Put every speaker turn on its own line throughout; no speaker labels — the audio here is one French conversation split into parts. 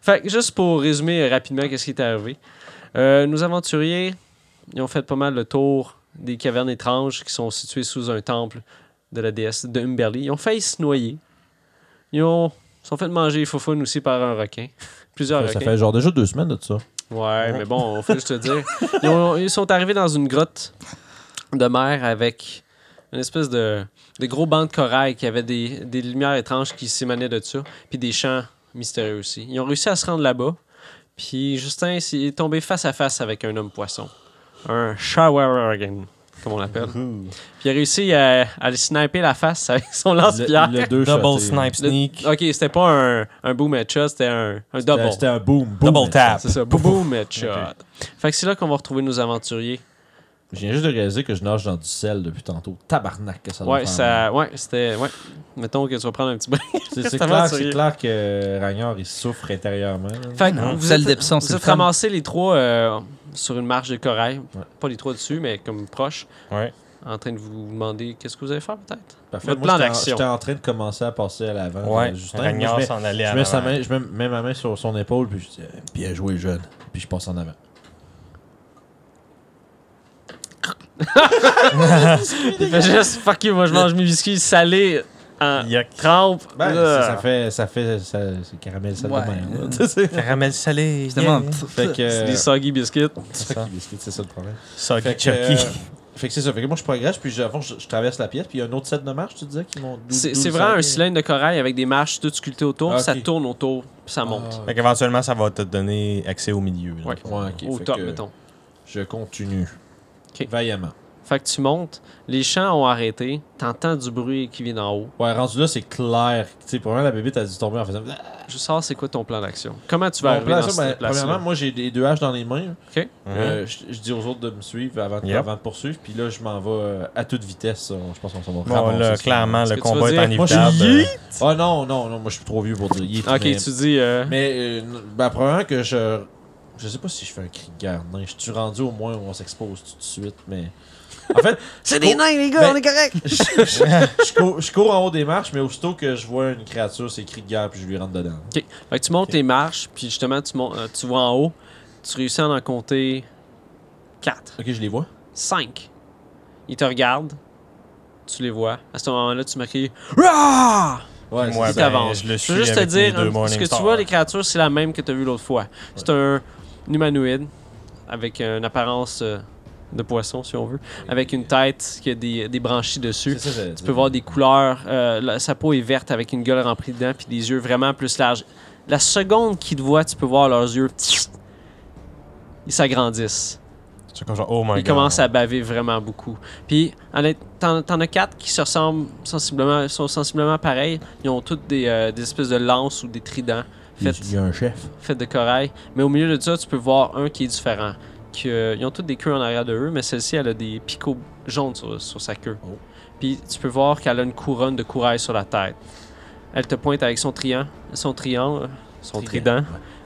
Fait que juste pour résumer rapidement qu'est-ce qui est arrivé. Euh, nos aventuriers, ils ont fait pas mal le tour des cavernes étranges qui sont situées sous un temple de la déesse de Umberly. Ils ont failli se noyer. Ils ont sont fait manger les foufounes aussi par un requin. Plusieurs
Ça
requins.
fait genre déjà deux semaines de ça.
Ouais, mais bon, on fait juste te dire. Ils, ont- ils sont arrivés dans une grotte de mer avec une espèce de, de gros banc de corail qui avait des, des lumières étranges qui s'émanaient de ça, puis des champs mystérieux aussi. Ils ont réussi à se rendre là-bas, puis Justin s- il est tombé face à face avec un homme poisson, un Shawargan, comme on l'appelle.
Mm-hmm.
Puis il a réussi à, à le sniper la face avec son lance-pierre.
Le- le deux
Double
shotés.
snipe
Le-
sneak.
Ok, c'était pas un, un boom et shot, c'était un, un double.
C'était un boom, boom.
Double tap.
C'est ça, boom et shot. Fait que c'est là qu'on va retrouver nos aventuriers.
Je viens juste de réaliser que je nage dans du sel depuis tantôt. Tabarnak que ça doit
ouais,
faire
ça, ouais, c'était, ouais. Mettons que tu vas prendre un petit break.
C'est, c'est
Tellement
clair,
sérieux.
c'est clair que Ragnard, il souffre intérieurement. là.
Fait que
Non,
vous
celle
êtes,
d'Epsom, c'est
vous
le
êtes
fun.
ramassés les trois euh, sur une marche de corail.
Ouais.
Pas les trois dessus, mais comme proches,
Ouais.
en train de vous demander qu'est-ce que vous allez faire peut-être.
Parfait.
Votre
Moi,
plan
j'étais en-
d'action.
J'étais en train de commencer à passer à l'avant.
Ouais.
Euh, Justin, moi,
Ragnard
je mets-
s'en allait
je
à
mets, sa
l'avant.
main, je mets- mets ma main sur son épaule, puis je dis euh, Bien joué, jeune. Puis je passe en avant.
Il fait juste fuck you, moi je mange mes biscuits salés en
Yuck.
trempe.
Ben,
Là.
ça, ça fait. Ça fait ça, c'est caramel sale
Ouais.
de même. là.
Caramel salé.
Je demande.
Fait que.
C'est
euh,
des soggy biscuits.
c'est ça qui biscuit, c'est ça le problème.
Soggy
Fait que,
Chucky.
euh, fait que c'est ça. Fait que moi, je progresse, puis je, à fond, je, je traverse la pièce, puis il y a un autre set de marche, tu disais, qui m'ont. d'où-
C'est
d'où
c'est
le
vraiment
sel
un
vient.
cylindre de corail avec des marches toutes sculptées autour.
Ah,
Ça
ok.
tourne autour, puis ça
Ah.
monte.
Fait qu'éventuellement, ça va te donner accès au milieu. là.
Ouais.
Ouais, ok,
Au
fait
top,
que
mettons.
Je continue.
Ok.
Vaillamment.
Fait que tu montes, les champs ont arrêté, t'entends du bruit qui vient d'en haut.
Ouais, rendu là, c'est clair. Tu sais, probablement, la bébé, t'as dû tomber en faisant.
Je sors, c'est quoi ton plan d'action? Comment tu vas
Mon
arriver
plan,
dans
ça, ben,
cette place
Premièrement, moi, j'ai des deux haches dans les mains.
Ok.
Euh, je, je dis aux autres de me suivre avant, de-
Mhm. Yep.
avant de poursuivre. Puis là, je m'en vais euh, à toute vitesse. On- Je pense qu'on s'en va
Bon,
ramasser
là,
ça.
clairement,
Est-ce
le
que tu
combat
vas
est
dire-
Moi, je suis-
inévitable.
Ah non, non, non, moi, je suis trop vieux pour dire yeet,
Ok,
mais,
tu dis... euh,
Hein?
mais, euh, n- ben, premièrement, que je. Je sais pas si je fais un cri de garde. nain. Je suis rendu au moins où on s'expose tout de suite, mais. En fait,
C'est
des
nains, les
gars, Ben- on
est correct.
je, je- je cours, je cours en haut des marches, mais aussitôt que je vois une créature, c'est cri de guerre, puis je lui rentre dedans.
Fait que tu montes les marches, puis justement, tu, mon- euh, tu vois en haut, tu réussis à en compter 4,
Ok, je les vois.
5. Ils te regardent, tu les vois. À ce moment-là, tu me cries « Rah!
Ouais,
Moi,
c'est
Puis
ben,
t'avances.
je le
veux
suis
juste te
avec mes
dire,
deux
hein, ce que
Morningstar.
tu vois, les créatures, c'est la même que tu as vu l'autre fois. C'est un humanoïde avec une apparence euh, de poisson, si on veut, avec une tête qui a des, des branchies dessus.
c'est ça, j'allais
Tu
dire.
peux voir des couleurs. euh, la- sa peau est verte avec une gueule remplie de dents puis des yeux vraiment plus larges. La seconde qu'ils te voient, tu peux voir leurs yeux. Ils s'agrandissent.
C'est comme genre, oh my
Ils
god.
commencent à baver vraiment beaucoup. Puis, en est- t'en t'en as quatre qui se ressemblent sensiblement, sont sensiblement pareils. Ils ont toutes des, euh, des espèces de lances ou des tridents faites,
Il y a un chef.
faites de corail. Mais au milieu de ça, tu peux voir un qui est différent. Que, ils ont toutes des queues en arrière de eux, mais celle-ci, elle a des picots jaunes sur, sur sa queue.
Oh.
Puis tu peux voir qu'elle a une couronne de corail sur la tête. Elle te pointe avec son triant, son triant, euh, son trident.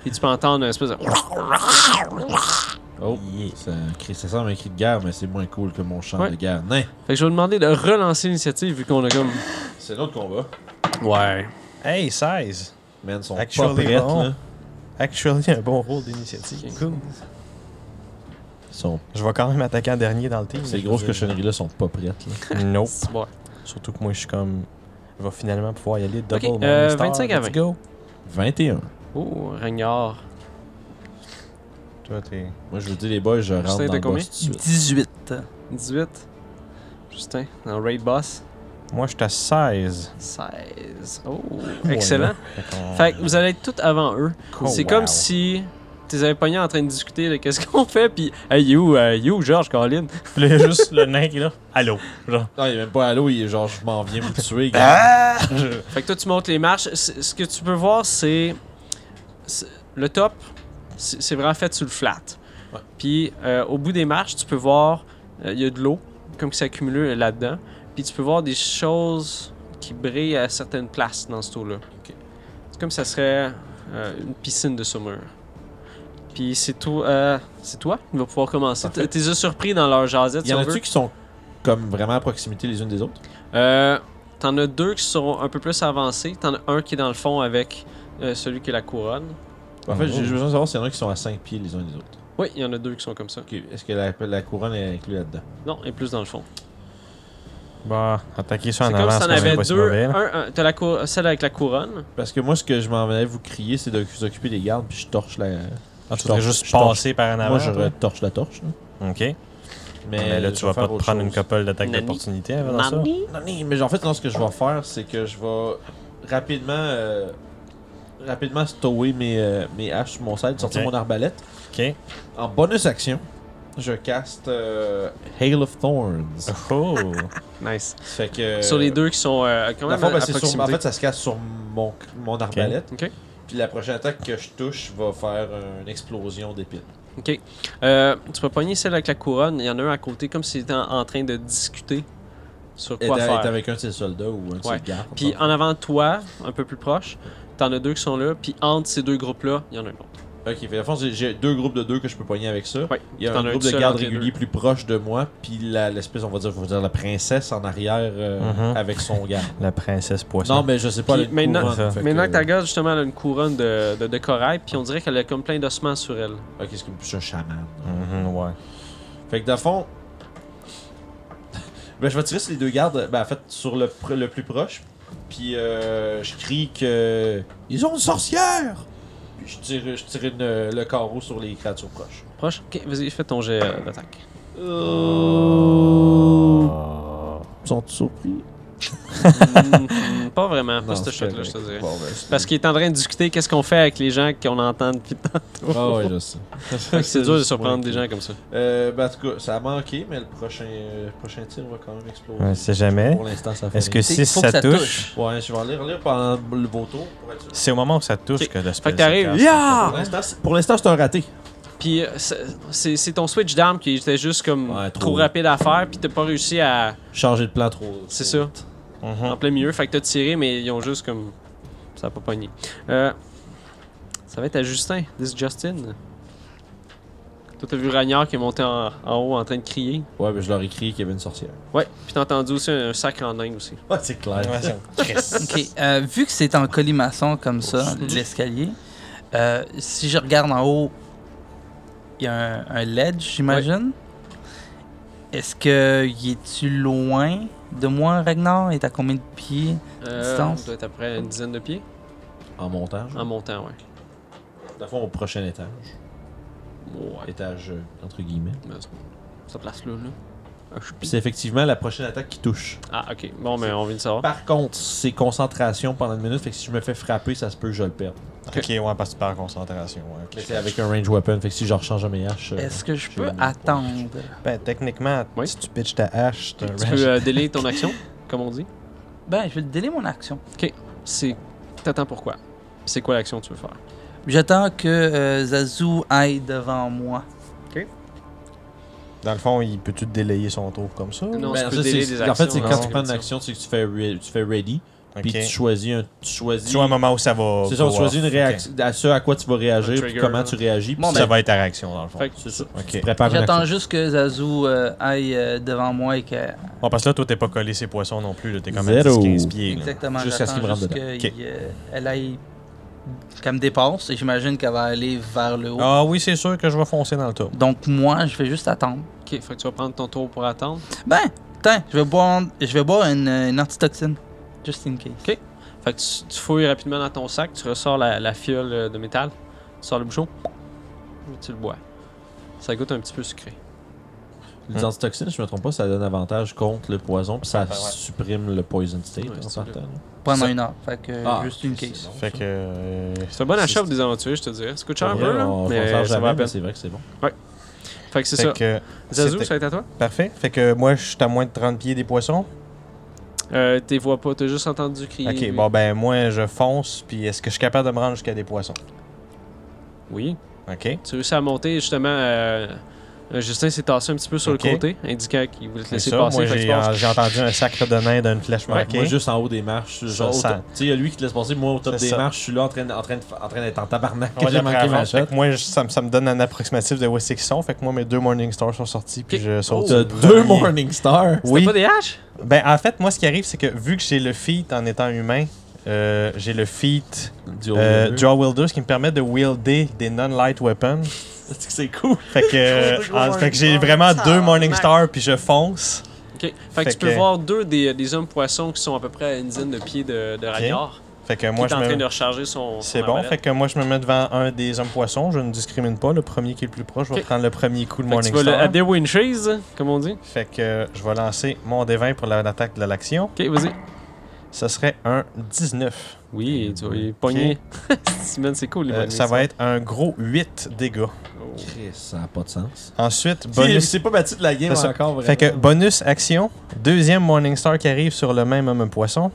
Et tu peux entendre une espèce de...
Oh, ça, crie- ça semble un cri de guerre, mais c'est moins cool que mon chant
Ouais.
de guerre. Nain.
Fait que je vais vous demander de relancer l'initiative vu qu'on a comme...
C'est notre combat.
Ouais.
Hey, 16.
Man, ils sont
Actually,
pas prêts,
bon.
là.
Actually, un bon rôle d'initiative. Cool.
Ils sont-
Je vais quand même attaquer en dernier dans le team.
Ces grosses cochonneries-là sont pas prêtes, là.
Nope.
Ouais.
Surtout que moi, je suis comme. Je vais finalement pouvoir y aller double.
Ok,
Morningstar.
euh, 25 à
Let's
20.
go.
21.
Oh, Ragnard.
Toi, t'es.
Moi, je vous dis, les boys, je rentre
Justin,
dans
t'as
le
combien?
boss tout de suite.
18.
18. Justin, dans le Raid Boss.
Moi, je suis à 16.
16. Oh, excellent.
Fait qu'on-
Fait que vous allez être tout avant eux.
Cool.
C'est
Oh, Wow.
comme si tu les avais pognés en train de discuter de qu'est-ce qu'on fait, puis hey you, euh, you, George, Colin.
Puis là, il y a juste le nain qui est là. Allô. Genre.
Non, il est même pas à l'eau, il est genre, je m'en viens vous tuer, gars.
Ah!
Fait que toi, tu montes les marches. C- Ce que tu peux voir, c'est. c'est- Le top, c'est c'est vraiment fait sur le flat.
Ouais.
Puis euh, au bout des marches, tu peux voir. euh, Il y a de l'eau, comme qui s'accumule euh, là-dedans. Puis tu peux voir des choses qui brillent à certaines places dans ce eau-là.
Ok.
C'est comme ça serait euh, une piscine de saumure. Puis c'est tout. euh, c'est toi qui va pouvoir commencer. T'es
Parfait.
t'es déjà surpris dans leur jasette.
Il y en
si on veut.
a-tu qui sont comme vraiment à proximité les unes des autres?
Euh, T'en as deux qui sont un peu plus avancés. T'en as un qui est dans le fond avec euh, celui qui a la couronne.
En fait,
Oh.
j'ai j'ai besoin de savoir s'il y en a qui sont à 5 pieds les uns des autres.
Oui, il y en a deux qui sont comme ça.
Ok, Est-ce que la, la couronne est inclue là-dedans?
Non, et plus dans le fond.
Bah, attaquer ça
C'est
en
comme
avant,
si
c'est
t'en
quand même
avais
pas si
deux.
mauvais. là.
Un, un- t'as la cour- celle avec la couronne.
Parce que moi, ce que je m'en venais vous crier, c'est de vous occuper des gardes, puis je torche la...
Ah, tu
je
voudrais
torche-
juste
je torche.
passer par en avant.
moi, je
toi?
torche la torche. là.
Ok. Mais, là,
je
tu
vais
vas pas
faire
te
autre
prendre une
chose.
couple d'attaques
Nani.
d'opportunité avant ça.
Non, non, mais en fait, non, ce que je vais faire, c'est que je vais rapidement... euh, rapidement stower mes, euh, mes haches sur mon side, sortir
Ok.
mon arbalète.
Ok.
En bonus action, je caste euh, Hail of Thorns.
Oh.
Nice.
fait que...
Sur les deux qui sont euh, quand
Dans le
même
fond, ben,
à
c'est sur- en
proximité.
fait, ça se casse sur mon, mon arbalète.
Ok.
Puis la prochaine attaque que je touche va faire une explosion d'épines.
OK. Euh, tu peux pogner celle avec la couronne. Il y en a un à côté, comme s'il était en, en train de discuter sur
Et
quoi
t'as-
faire.
t'as avec un de ses soldats ou un de
Ouais.
ses gardes.
Puis en avant de toi, un peu plus proche, t'en as deux qui sont là. Puis entre ces deux groupes-là, il y en a un autre.
Ok, fait, à fond, j'ai- j'ai deux groupes de deux que je peux pogner avec ça.
Ouais.
Il y a
T'en
un
as un
groupe
tout
de
seul
gardes
entre les deux.
réguliers plus proche de moi, puis la- l'espèce, on va dire, on va dire la princesse en arrière euh,
Mhm.
avec son garde.
La princesse poisson.
Non, mais je sais pas.
Puis
elle a une
maintenant-
couronne, fait
Maintenant que ta
euh,
garde, justement, elle a une couronne de, de, de corail. Puis on dirait qu'elle a comme plein d'ossements sur elle.
Ok, c'est comme plus un chaman.
Mhm, ouais.
Fait que dans le fond. ben, je vais tirer sur les deux gardes, ben, en fait, sur le, pr- le plus proche. Puis euh, je crie que. Ils ont une sorcière! Puis je tire, je tire une- le carreau sur les créatures proches.
Proche? OK, vas-y, fais ton jet euh, d'attaque. Euh.
sont surpris?
Mm, mm, pas vraiment, pas ce shot-là, je te dirais.
ben,
Parce qu'il est en train de discuter qu'est-ce qu'on fait avec les gens qu'on entend depuis tantôt.
Ah ouais, je sais.
Fait que c'est dur de surprendre des gens comme ça.
Euh, ben, en tout cas, ça a manqué, mais le prochain, euh, prochain tir va quand même exploser.
On sait jamais.
Pour l'instant, ça fait.
Est-ce que
rien.
si
Faut que ça
ça touche,
Ouais, je vais en lire, lire pendant le beau tour pour être sûr.
c'est au moment où ça touche
Ok.
que le
Fait
spell
que t'arrives,
se casse.
yeah!
Pour l'instant, c'est- Pour l'instant, c'est un raté.
Puis euh, c'est- c'est c'est ton switch d'arme qui était juste comme
Ouais, trop.
trop, rapide à faire, puis t'as pas réussi à.
Changer de plan trop.
C'est
trop-
ça, en
Mhm.
plein milieu. Fait que t'as tiré, mais ils ont juste comme. Ça a pas pogné. Euh, ça va être à Justin, this Justin. Toi, t'as vu Ragnard qui est monté en, en haut en train de crier.
Ouais, mais je leur ai crié qu'il y avait une sorcière.
Ouais, puis t'as entendu aussi un, sacre en dingue aussi.
Ouais, c'est clair.
Ouais, c'est- Chris.
Ok, euh, vu que c'est en colimaçon comme ça,
Mhm.
l'escalier, euh, si je regarde en haut, il y a un, un ledge, j'imagine. Est-ce que y es-tu loin de moi, Ragnar? Et à combien de pieds?
Euh,
Distance.
ça doit être après une dizaine de pieds
En montage.
en montant, ouais.
La fois, au prochain étage.
Ouais,
Étage, euh, entre guillemets.
mais c'est- ça place là, là. Ah, je suis
Puis
pis-
c'est effectivement la prochaine attaque qui touche.
Ah, ok. Bon, mais on vient de savoir.
Par contre, c'est concentration pendant une minute, fait que si je me fais frapper, ça se peut que je le perde.
Ok, ouais, parce que tu perds concentration. ouais, ok.
Mais c'est avec un range weapon, fait que si je rechange un mes haches. euh,
Est-ce que je
j'ai
peux
un-
attendre?
Ben, techniquement,
Oui.
si tu pitches ta hache, t'as un
Tu
range.
peux euh, délai ton action, comme on dit.
Ben, je vais délai mon action.
C'est. T'attends pourquoi C'est quoi l'action que tu veux faire
J'attends que euh, Zazu aille devant moi.
Dans le fond, il peut-tu délayer son tour comme ça?
Non,
Ben,
tu peux
ça,
délai
c'est-
des
en fait,
actions,
c'est
hein.
quand
non?
tu prends une action, c'est que tu fais, re- tu fais ready,
Ok.
puis tu choisis un. Tu choisis.
Tu Oh, vois un moment où ça va.
c'est ça,
go
tu choisis
off.
une réaction. À ce à quoi tu vas réagir, puis
trigger,
comment
là.
tu réagis, puis
Bon,
Ok.
ça
Ça
va.
va être ta réaction, dans le fond.
Fait que-
C'est ça.
Ok.
Tu prépares une
J'attends
action.
juste que Zazu euh, aille euh, devant moi et que...
Ouais, parce que là, toi, t'es pas collé ces poissons non plus. là, T'es comme
Zéro.
à 10-15 pieds. là.
Exactement.
Jusqu'à euh, ce qu'il me
j'attends
rentre
juste
dedans.
qu'il, euh, elle aille. qu'elle me dépasse et j'imagine qu'elle va aller vers le haut.
Ah oui, c'est sûr que je vais foncer dans le tas.
Donc moi, je vais juste attendre.
Ok, fait que tu vas prendre ton tour pour attendre.
Ben, tiens, je vais boire, je vais boire une, euh, une antitoxine. Just in case.
Ok. Fait que tu, tu fouilles rapidement dans ton sac, tu ressors la, la fiole euh, de métal, tu sors le bouchon, et tu le bois. Ça goûte un petit peu sucré.
Les antitoxines, je me trompe pas, ça donne avantage contre le poison, puis ça
Hein? Ouais.
supprime le poison state
Ouais,
en
c'est
partant.
Pendant
Ça-
une heure. Fait que
Ah,
juste une
c'est
case.
bon.
Fait que. euh,
C'est un bon achat pour des aventuriers, je te dirais. Ça coûte cher un
Pour
peu,
vrai,
là,
on- on s'en
mais
sert
ça va à
jamais, mais
peine.
c'est vrai que c'est bon.
Fait que c'est
Fait
ça.
que.
Zazou,
c'était-
ça va être à toi
Parfait. Fait que moi, je suis à moins de 30 pieds des poissons.
euh, T'es vois pas, t'as juste entendu crier.
Ok, bon, ben, moi, je fonce. Puis est-ce que je suis capable de me rendre jusqu'à des poissons?
Oui.
Ok.
Tu réussis à monter, justement. euh, euh, Justin s'est tassé un petit peu sur
Ok.
le côté, indiquant qu'il voulait te
C'est
laisser
ça.
passer.
Moi,
fait que tu
j'ai
passes.
j'ai entendu un sacre de main d'une flèche
Ouais,
marquée.
Moi, juste en haut des marches.
Ça
Genre, au
sent.
top- tu sais, il y a lui qui te laisse passer, moi, au top
C'est
des
ça.
marches, je suis là en train, de- en train, de fa- en train d'être en tabarnak.
Ouais,
que j'ai
j'apprends
manqué ma
avance. Fait
shot.
que moi, je- ça, me- ça me donne un approximatif de où est-ce qu'ils sont. Fait que moi, mes deux Morning Stars sont sortis, puis
Ok.
je saute.
T'as
sur le
deux
premier.
Morning Stars.
C'était
Oui.
pas des haches
Ben, en fait, moi, ce qui arrive, c'est que vu que j'ai le feat en étant humain, Euh, j'ai le feat
Du
euh,
haut-milieu.
Draw Wielders qui me permet de wielder des non-light weapons.
Est-ce que C'est cool.
Fait que, euh,
Gros
ah, fait que j'ai
Morningstar.
vraiment deux Morning
Tabarnak.
Star puis je fonce.
Ok. Fait que
Fait
tu peux
que-
voir deux des, des hommes poissons qui sont à peu près à une dizaine de pieds de, de Ragnar,
Fait que
qui
moi
est
je
en train de
me...
recharger son. son
C'est bon,
arbalète.
fait que moi je me mets devant un des hommes poissons, je ne discrimine pas, le premier qui est le plus proche, je vais
Ok.
prendre le premier coup de
Fait que tu vas
Morningstar.
le, à des win trees, comme on dit.
Fait que euh, je vais lancer mon D20 pour la- l'attaque de l'action.
Ok, vas-y.
Ça serait un 19.
Oui, tu vas y pogner. Si, man, c'est cool. les
Euh,
bonnes
ça
mises.
va être un gros 8 dégâts.
Oh.
Chris, ça n'a pas de sens.
Ensuite,
Il
bonus.
s'est pas battu de la game
C'est ça.
encore, vraiment.
Fait que bonus action, deuxième Morningstar qui arrive sur le même homme poisson.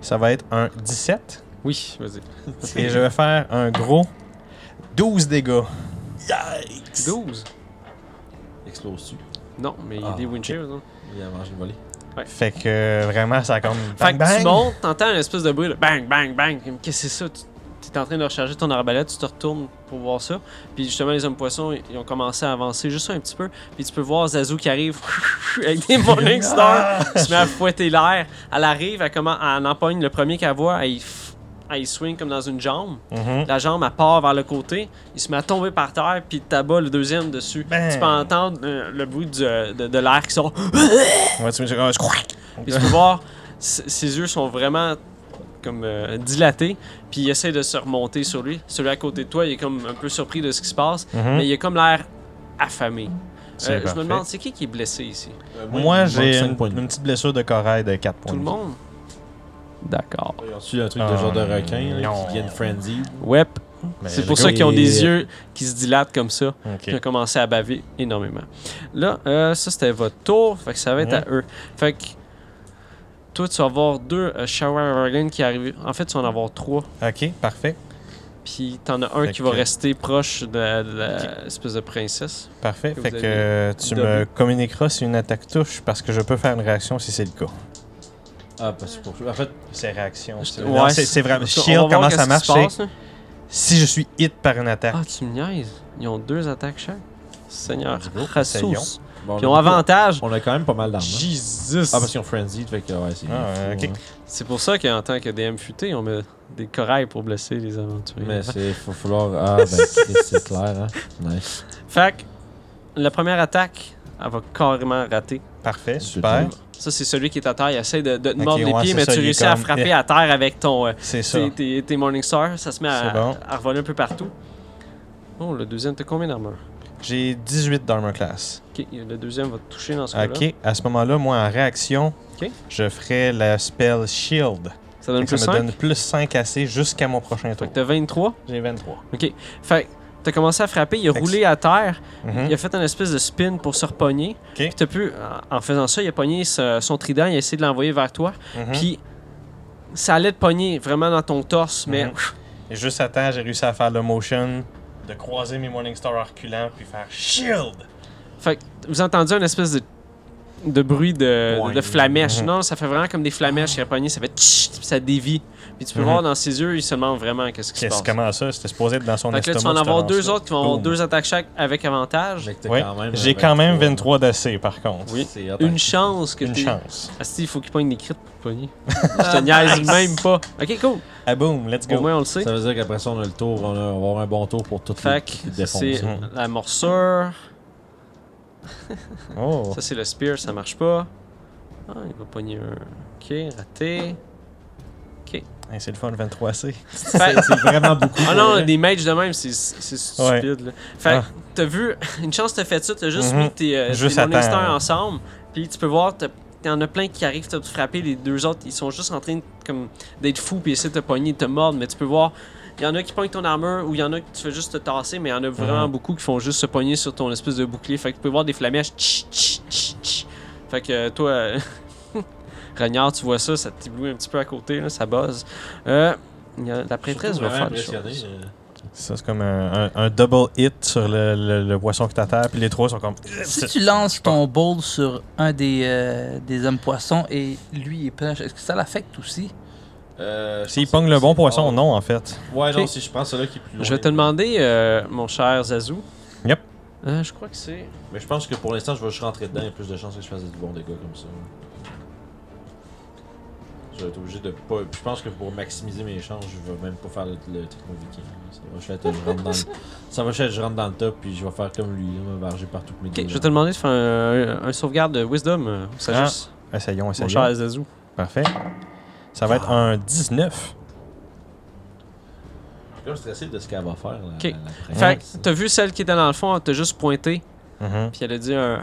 Ça va être un 17.
Oui, vas-y.
Et je vais faire un gros 12 dégâts.
Yikes!
12.
Explose-tu?
Non, mais il y a
Ah,
des hein. wind
ok.
shears, non?
Il a mangé une volée.
Fait que euh, vraiment, ça a comme.
Fait
bang,
que
bang.
tu montes, t'entends un espèce de bruit, là, bang, bang, bang. Comme, Qu'est-ce que c'est ça? Tu es en train de recharger ton arbalète, tu te retournes pour voir ça. Puis justement, les hommes poissons, ils ont commencé à avancer juste un petit peu. Puis tu peux voir Zazu qui arrive avec des Morning
Ah!
Stars, qui se met à fouetter l'air. Elle arrive, elle, comment, elle empoigne le premier qu'elle voit, elle, y f- elle y swing comme dans une jambe.
Mhm.
La jambe, elle part vers le côté, il se met à tomber par terre, puis t'abats le deuxième dessus.
Bang.
Tu peux entendre euh, le bruit du- de, de l'air qui sort.
Ouais, tu me dis, ah, je crois.
Puis tu peux voir, s- ses yeux sont vraiment comme euh, dilatés, puis il essaie de se remonter sur lui. Celui à côté de toi, il est comme un peu surpris de ce qui se passe,
Mhm.
mais il a comme l'air affamé.
C'est
Euh, je
parfait.
me demande, Hmm. c'est qui qui est blessé ici?
Moi, j'ai une,
points
une petite blessure de corail de 4 points.
Tout le
de vie.
monde? D'accord.
Ils ont reçu un truc de genre de requin là,
Ah, non.
qui vient de Frenzy.
Wep.
Mais
C'est
le
pour
gars,
ça qu'ils ont
il-
des yeux qui se dilatent comme ça.
Ok.
Puis Ils ont commencé à baver énormément. Là, euh, ça c'était votre tour, fait que ça va être à eux. Fait que toi, tu vas avoir deux euh, Shower Dragon qui arrivent. En fait, tu vas en avoir trois.
Ok, parfait.
Puis t'en as un
Fait
qui va
que-
rester proche de la, de la espèce de princesse.
Parfait.
Que
Fait
vous
que
avez
euh, tu me
doublé.
communiqueras si une attaque touche parce que je peux faire une réaction si c'est le cas.
Ah, parce que pour En fait,
C'est réaction. C'est
Ouais,
c'est- c'est vraiment.
Ça, on
Shield,
va voir
comment
qu'est-ce
ça
qui
marche
se
c'est
passe, là.
si je suis hit par une attaque.
Ah, tu me niaises. Ils ont deux attaques chaque. Seigneur,
Bravo, essayons.
Rassus.
bon,
Puis ils
on
ont
a-
avantage.
On a quand même pas mal d'armes. hein.
Jesus.
Ah, parce qu'ils ont Frenzy, fait que ouais, c'est.
Ah, ouais,
fou,
ok.
hein.
C'est pour ça qu'en tant que DM futé, on met des corails pour blesser les aventuriers.
Mais c'est. Faut falloir. Ah, ben, c'est c'est clair, hein. Nice.
Fait que la première attaque, elle va carrément rater.
Parfait, super.
Super.
Ça, c'est celui qui est à terre. Il essaie de, de te
Ok,
mordre les
ouais,
pieds,
c'est
mais
ça,
tu
il est
réussis à
comme-
frapper à terre avec ton, euh,
C'est ça.
tes, tes, tes Morning Star. Ça se met à,
C'est bon.
à revoler un peu partout. Oh, le deuxième, t'as combien d'armure?
J'ai 18 d'armor class.
Ok, le deuxième va te toucher dans ce cas-là.
Ok, à ce moment-là, moi, en réaction,
Ok.
je ferai la spell Shield.
Ça donne
Fait que
plus
ça me
5.
donne plus 5 AC jusqu'à mon prochain
Fait
tour.
que t'as 23.
J'ai 23.
Ok. Fait que t'as commencé à frapper, il a
Fait que
roulé à terre,
Mhm.
il a fait un espèce de spin pour se repogner. Puis t'as pu, en- en faisant ça, il a pogné ce- son trident, il a essayé de l'envoyer vers toi.
Mhm.
Puis ça allait te pogner vraiment dans ton torse, mais
Mhm. Et juste à temps, j'ai réussi à faire le motion de croiser mes Morningstar en reculant puis faire Shield.
Fait que vous entendez un espèce de, de bruit de,
Boing.
de flamèche.
Mhm.
Non, ça fait vraiment comme des flamèches qui pognée, ça fait tch, puis ça dévie. Puis tu peux
Mhm.
voir dans ses yeux, il se demande vraiment qu'est-ce qui se
Qu'est-ce
passe.
comment ça C'était supposé être dans son
Fait que là,
estomac.
tu vas en
cette
avoir deux
lance-là.
autres qui vont avoir
Boum.
deux attaques chaque avec avantage.
Mais que t'as
Ouais.
quand même.
J'ai quand même 23 d'AC par contre.
Oui.
C'est hot, hein.
Une chance que
Une
t'aies-
chance.
Ah, si, il faut qu'il pogne des crits pour te pogner. Je te niaise même pas. Ok, cool.
Ah boum, let's
Au
go.
moins, on le sait.
Ça veut dire qu'après ça, on a le tour. On, a- on va avoir un bon tour pour tout
Fait que ça, c'est
Mm-hmm.
la morsure.
Oh.
Ça, c'est le spear, ça marche pas. Ah, il va pogner un. Ok, raté.
Hey, c'est le fun, 23 AC.
Fait-
C'est vraiment beaucoup.
Ah non, des mages de même, c'est c'est stupide. là. Fait
Ah.
que t'as vu, une chance t'as fait ça, t'as juste
Mhm.
mis tes, euh,
Juste
tes Morning
attends.
Stars ensemble, puis tu peux voir, t'as- t'en as plein qui arrivent, t'as te frapper, les deux autres, ils sont juste en train de, comme d'être fous, puis essayer de te pogner, de te mordre, mais tu peux voir, il y en a qui pognent ton armure, ou il y en a qui tu fais juste te tasser, mais il y en a vraiment
Mm-hmm.
beaucoup qui font juste se pogner sur ton espèce de bouclier. Fait que tu peux voir des flamèches, tch, tch, tch, tch. Fait que euh, toi, euh, Ragnar, tu vois ça, ça t'éblouit un petit peu à côté, là, ça buzz. Euh, il y a- la prêtresse va faire des choses.
Ça, c'est comme un, un- un double hit sur le, le- le poisson que t'as terre, puis les trois sont comme.
Si tu lances ton bowl sur un des, euh, des hommes poissons et lui est punch, est-ce que ça l'affecte aussi?
Euh, je
S'il
pense que
pogne le bon
c'est-
poisson,
oh.
non, en fait.
Ouais, non,
Ok.
si je prends celui qui est plus loin.
Je vais te demander, euh, mon cher Zazu.
Yep.
Euh, je crois que c'est.
Mais je pense que pour l'instant, je vais juste rentrer dedans. Il y a plus de chances que je fasse du bon dégât comme ça. Je Je vais être obligé de pas. Puis je pense que pour maximiser mes chances, je vais même pas faire le, le techno viking. Ça va juste être je rentre dans le... Ça va juste être je rentre dans le top puis je vais faire comme lui, là, me varger partout mes
Ok,
deux
je vais
jambes.
te demander de faire un, un sauvegarde de Wisdom. euh, Ça
Mm. Ah,
juste,
Essayons, essayons.
mon cher Azazou.
Parfait. Ça va être un 19.
Je suis comme stressé de ce qu'elle va faire. La,
Ok.
la- la princesse.
Fait que t'as vu celle qui était dans le fond, elle t'a juste pointé,
Mhm.
puis elle a dit un.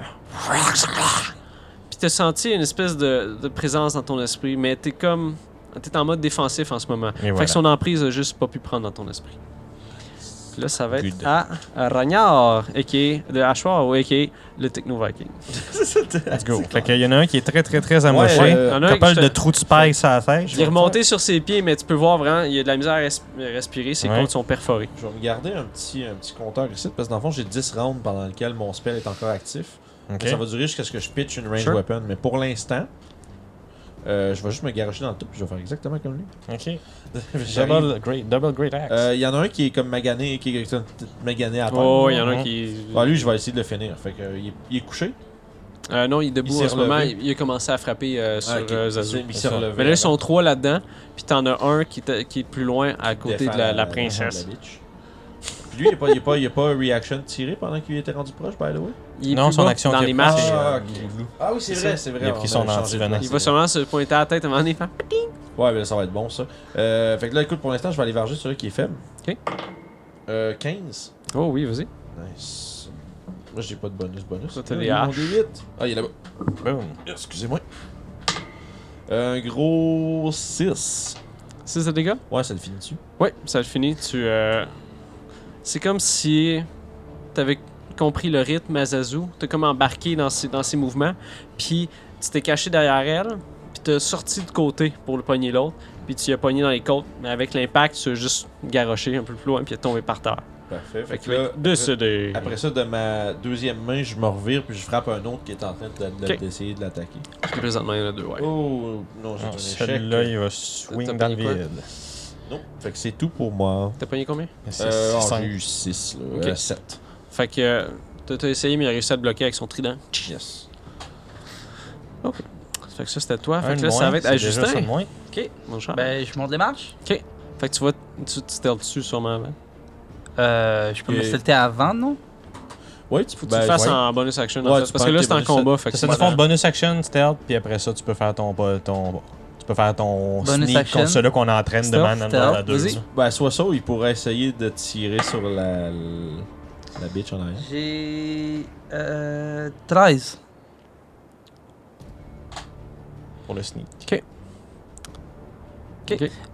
Puis t'as senti une espèce de, de présence dans ton esprit, mais t'es comme. T'es en mode défensif en ce moment. fait
voilà.
que son emprise a juste pas pu prendre dans ton esprit. Puis là, ça va être
Good.
à Ragnar, a.k.a. de Hachoir, ou a.k.a. le Techno Viking.
Let's go. Fait qu'il y en a un qui est très, très, très amoché.
Ouais,
Y'en
euh,
a un
T'appelles
qui je te-
le trou de spike sur la tête.
Il est remonté sur ses pieds, mais tu peux voir vraiment, il y a de la misère à res- respirer, ses
Ouais.
côtes sont perforées.
Je vais me garder un petit, un petit compteur ici parce que dans le fond, j'ai 10 rounds pendant lesquels mon spell est encore actif.
Ok.
Ça va durer jusqu'à ce que je pitch une range
Sure.
weapon, mais pour l'instant, euh, je vais juste me garocher dans le top et je vais faire exactement comme lui.
Ok.
J'arrive.
Double great, double great axe.
Euh, Il y en a un qui est comme magané, qui est comme magané à terre.
Oh, il y en a un
Mhm.
qui.
Ah, lui, je vais essayer de le finir. Fait que, euh, il, est, il est couché.
Euh, non, il est debout
Il
en
s'est
ce moment.
relevé.
Il, il a commencé à frapper euh, sur
Ah, ok.
euh,
Il
Zazu.
s'est- il s'est
Mais
relevé.
Mais là, ils sont trois là-dedans. Puis t'en as un qui, t'a- qui est plus loin à côté de la, la princesse.
la bitch. Puis lui, il n'y a, pas- il y a pas- il y a pas reaction tiré pendant qu'il était rendu proche, by the way.
Il est
Non,
plus
son
bas
action
dans
qui
les
est
matchs.
proche.
Ah, Ah oui, c'est
C'est
vrai,
ça.
c'est vrai.
Il a pris
on
son
avait changé de
antivenin.
place.
Il va sûrement se pointer à la tête avant de faire.
Ouais, mais ça va être bon ça. Euh, fait que là, écoute, pour l'instant, je vais aller varger celui qui est faible.
Ok.
Euh, 15.
Oh oui, vas-y.
Nice. Moi, j'ai pas de bonus, bonus.
Toi, t'as
Ah,
des
il est mon
haches.
D8. Ah, il est là-bas.
Boom.
Excusez-moi. Un gros 6.
6 de dégâts?
Ouais, ça le finit dessus.
Ouais, ça le finit. Tu. euh, C'est comme si t'avais compris le rythme à Zazu. T'as comme embarqué dans ses, dans ses mouvements. Puis tu t'es caché derrière elle. Puis t'as sorti de côté pour le pogner l'autre. Puis tu y as pogné dans les côtes. Mais avec l'impact, tu as juste garoché un peu plus loin. Puis il est tombé par terre.
Parfait. Fait
Fait
que là,
que décédé.
après ça, de ma deuxième main, je me revire puis je frappe un autre qui est en train de- de-
Ok.
d'essayer de l'attaquer.
Parce que présentement, il y en a deux, ouais.
Oh, non, j'ai
Non,
un échec.
Celui-là, il va
T'as
swing dans le
pris quoi?
vide.
Non. Fait que c'est tout pour moi.
T'as pogné combien?
C'est-
Euh,
c'est
oh,
cinq.
j'ai eu 6, là. Euh,
Ok.
7.
Fait que euh, t'as t'as essayé, mais il a réussi à te bloquer avec son trident.
Yes.
Fait que ça, c'était toi.
Un
Fait que
de
là, ça
moins,
va être
c'est
à
déjà ça
Justin.
de moins.
Ok, mon cher.
Ben, je monte les marches.
Fait que tu vas. Tu tu t'es dessus sûrement hein. avant.
Euh, je peux
Ok.
me salter avant, non?
Ben, Ouais, tu
Faut que
peux
tu le fasses en bonus action. en
Ouais,
fait, parce
tu
que
prends
là,
tes
c'est en
bonus
combat. Fait que
Ça, c'est
c'est
du fond
pas-
bonus action, stealth, puis après ça, tu peux faire ton. pas- ton tu peux faire ton
Bonus
sneak
action.
contre ceux-là qu'on entraîne de
Stealth,
man à man à
stealth,
deux.
vas-y.
là.
Ben, soit ça ou il pourrait essayer de tirer sur la, la bitch en arrière.
J'ai. Euh, 13.
Pour le sneak.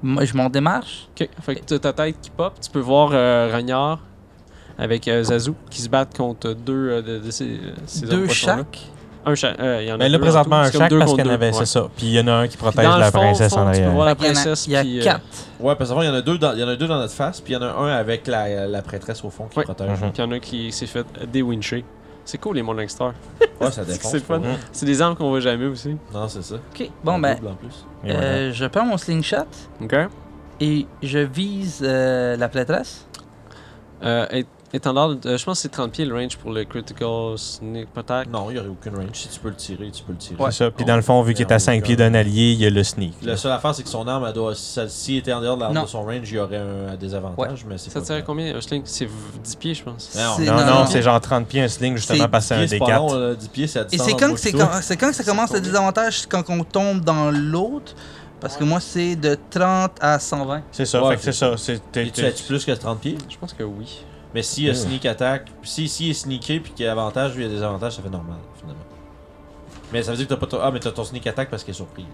Moi, je monte les marches.
Ok, Fait que t'as ta tête qui pop. Tu peux voir euh, Ragnar avec euh, Zazu qui se battent contre deux euh, de, de ces, euh, ces hommes
Deux
poissons-là.
chaque.
Un chaque. euh, il y en a
Mais
deux
Ben là,
en
présentement,
tout.
un
C'est comme
chaque
deux
parce
contre
qu'il y en
deux,
avait,
ouais.
c'est ça. Puis il y en a un qui
Puis
protège
Dans le
la
fond,
princesse
fond,
en
tu peux voir
arrière.
la
Il y en a-
princesse.
Il y a,
puis, euh,
4.
Ouais, parce qu'avant, il y en a deux dans, il y en a deux dans notre face, puis il y en a un avec la, la prêtresse au fond qui
Ouais.
protège.
Puis
Mhm.
il y en a qui s'est fait déwincher. C'est cool, les Morning Stars.
Ouais, ça
C'est
défonce.
c'est le fun.
pour vrai.
C'est des armes qu'on voit jamais aussi.
Non, c'est ça.
Ok, bon,
Un
ben,
double en plus.
Et voilà.
euh, je prends mon slingshot
Ok.
et je vise euh, la prêtresse.
Euh, et- étendard, euh, je pense que c'est 30 pieds le range pour le critical sneak attack.
Non, il n'y aurait aucune range. Si tu peux le tirer, tu peux le tirer.
C'est ça. Puis dans le fond, vu qu'il est à 5 pieds d'un allié, il y a le sneak.
La seule affaire, c'est que son arme, elle doit, si si elle était en dehors de, la-
Non.
de son range, il y aurait un, un désavantage, mais c'est
Ça
pas
tire
grave.
combien un sling C'est v- 10 pieds, je pense.
Non,
C'est-
Non, non, c'est genre 30 pieds un sling, justement,
C'est
parce que
Pieds,
c'est
c'est
un
pas long,
D4.
là, 10 pieds, c'est à
Et
distance.
c'est
dans le
quand,
bout
que c'est
de toi.
quand, c'est quand que ça commence le
combien?
désavantage, c'est quand on tombe dans l'autre, parce que moi c'est de 30 à 120.
C'est ça,
Ouais,
fait que c'est ça. c'est- t'es-
Et Tu
t'es-
as-tu plus que 30 pieds
Je pense que oui.
Mais s'il y a
Hmm.
sneak attack, puis si, si il est sneaké puis qu'il y a avantage, lui il y a des avantages, ça fait normal finalement. Mais ça veut dire que t'as pas ton. Ah, mais t'as ton sneak attack parce qu'il est surprise.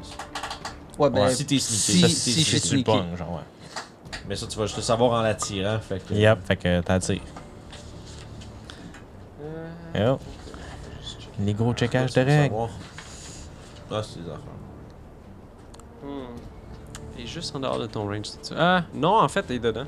Ouais, ben,
Ouais, si t'es sneaké, si
si-
t'es
si je
c'est
sneaké.
suis
du
sneaky.
pong, genre, ouais.
Mais ça, tu vas juste le savoir en l'attirant. Fait que.
Yep, fait que t'attires. Yep. Les gros checkages de
Tu vas
règles.
savoir. Ah, c'est des affaires.
Hmm.
Il est juste en dehors de ton range. c'est ça? Ah, non, en fait, il est dedans.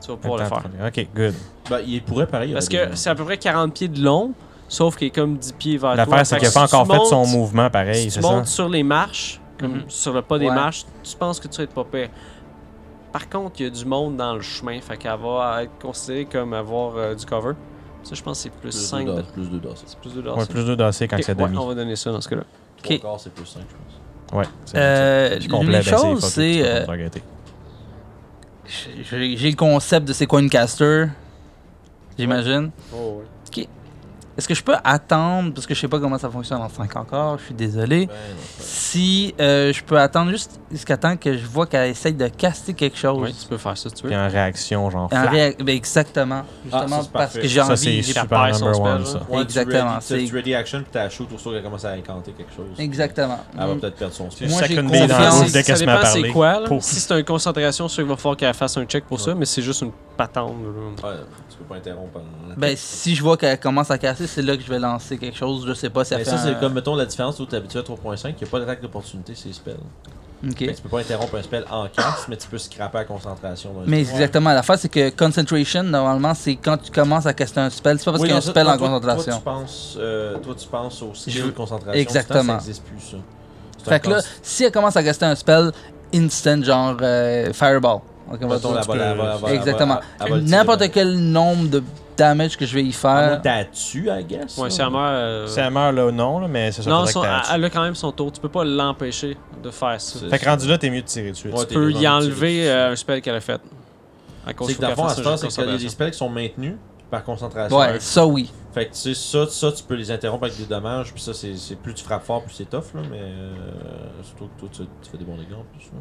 Tu vas pouvoir le
Attends,
faire.
Ok, good.
Bah, il pourrait pareil. il y
Parce
aurait
que
des-
c'est à peu près 40 pieds de long, sauf qu'il est comme 10 pieds vers toi.
L'affaire, c'est
Fait
qu'il a
que
pas
si tu
encore fait son
montes-
mouvement
Si
pareil,
tu
c'est ça?
montes sur les marches, comme
Mhm.
sur le pas des
Ouais.
marches, tu penses que tu vas être pas pire. Par contre, il y a du monde dans le chemin, fait qu'elle va être considérée comme avoir euh, du cover. Ça, je pense que c'est plus
Plus
5
deux
de...
doses, Plus de doses.
C'est plus de dollars.
Ouais,
ça.
plus de danser quand
Ok,
c'est
ouais,
demi.
on va donner ça dans ce cas-là.
Trois quarts, c'est plus 5, je pense.
Ouais. c'est-
Euh,
c'est complet,
les
ben,
choses,
fuck it,
c'est,
tu vas
euh,
pas te regretter.
J'ai- J'ai j'ai le concept de c'est quoi une caster, j'imagine.
Oh, ouais.
Est-ce que je peux attendre, parce que je sais pas comment ça fonctionne en 5 encore, je suis désolé.
Ben,
Si euh, je peux attendre juste jusqu'à temps que je vois qu'elle essaye de caster quelque chose.
Oui, tu peux faire ça si tu
Puis
veux.
en réaction, genre.
En
flat.
réa- ben exactement.
Ah, ça,
Justement
c'est
parce que
parfait.
j'ai
Ça,
envie.
c'est
j'ai
super
repéré son
number
spell,
one,
là.
ça.
Ouais, tu
Exactement,
ready-
c'est-
Tu as ready action, puis t'as shoot, aussitôt qu'elle commence à incanter quelque chose.
Exactement. Mm.
Elle va Ah, bah, peut-être perdre son spell.
Moi, j'ai
Second bille dans la
confiance.
bouche dès qu'elle
ça
se met à
dépend c'est
parler.
quoi. là.
Pouf.
Si c'est une concentration, c'est sûr qu'il va falloir qu'elle fasse un check pour ça, mais c'est juste une patente. là.
Ouais, tu peux pas interrompre. pendant-
Ben si je vois qu'elle commence à casser, c'est là que je vais lancer quelque chose. Je sais pas, ça
Mais
fait
Ben, ça, c'est
un-
comme, mettons, la différence où t'es habitué à 3.5, il n'y a pas d'attaque d'opportunité, c'est les spells.
Ok.
Fait que tu peux pas interrompre un spell en casse, mais tu peux scraper la concentration. d'un
Mais
spell.
exactement, l'affaire c'est que concentration, normalement, c'est quand tu commences à caster un spell. C'est pas parce
Oui,
qu'il y a un
ça,
spell
toi-
en
toi-
concentration.
Toi, tu penses, euh, toi, tu penses au skill
Je-
de concentration.
Exactement.
Exactement. Ça n'existe plus, ça. C'est un
fait que là,
cons-
si elle commence à caster un spell instant, genre euh, Fireball. Ok, on va
mettons,
dire-
la balle, elle va- elle va- elle va-
Exactement.
elle va bah, ah le tirer dans-
N'importe euh, quel nombre de damage que je vais y
À moins
faire.
que t'as dessus, I guess.
Ouais,
là.
si elle meurt, euh,
Si elle meurt là, non, là, mais c'est ça.
Non,
faudrait que
son-
t'ailles
elle elle a quand même son tour. Tu peux pas l'empêcher de faire ça.
C'est-
dessus. Fait que rendu là, t'es mieux de tirer dessus.
Ouais,
Tu peux y
vraiment
enlever
tiré.
euh, un spell qu'elle a fait. À cause
C'est
faut
que dans
qu'elle
le fond, à
fasse
ce
un
temps,
jeu de
c'est qu'il y a des
concentration.
spells qui sont maintenus par concentration.
Ouais, ça oui.
Fait que tu sais, ça, ça, tu peux les interrompre avec des dommages, puis ça, c'est c'est- plus tu frappes fort, plus c'est tough, là, mais euh, surtout que toi, tu, tu fais des bons dégâts en plus. là.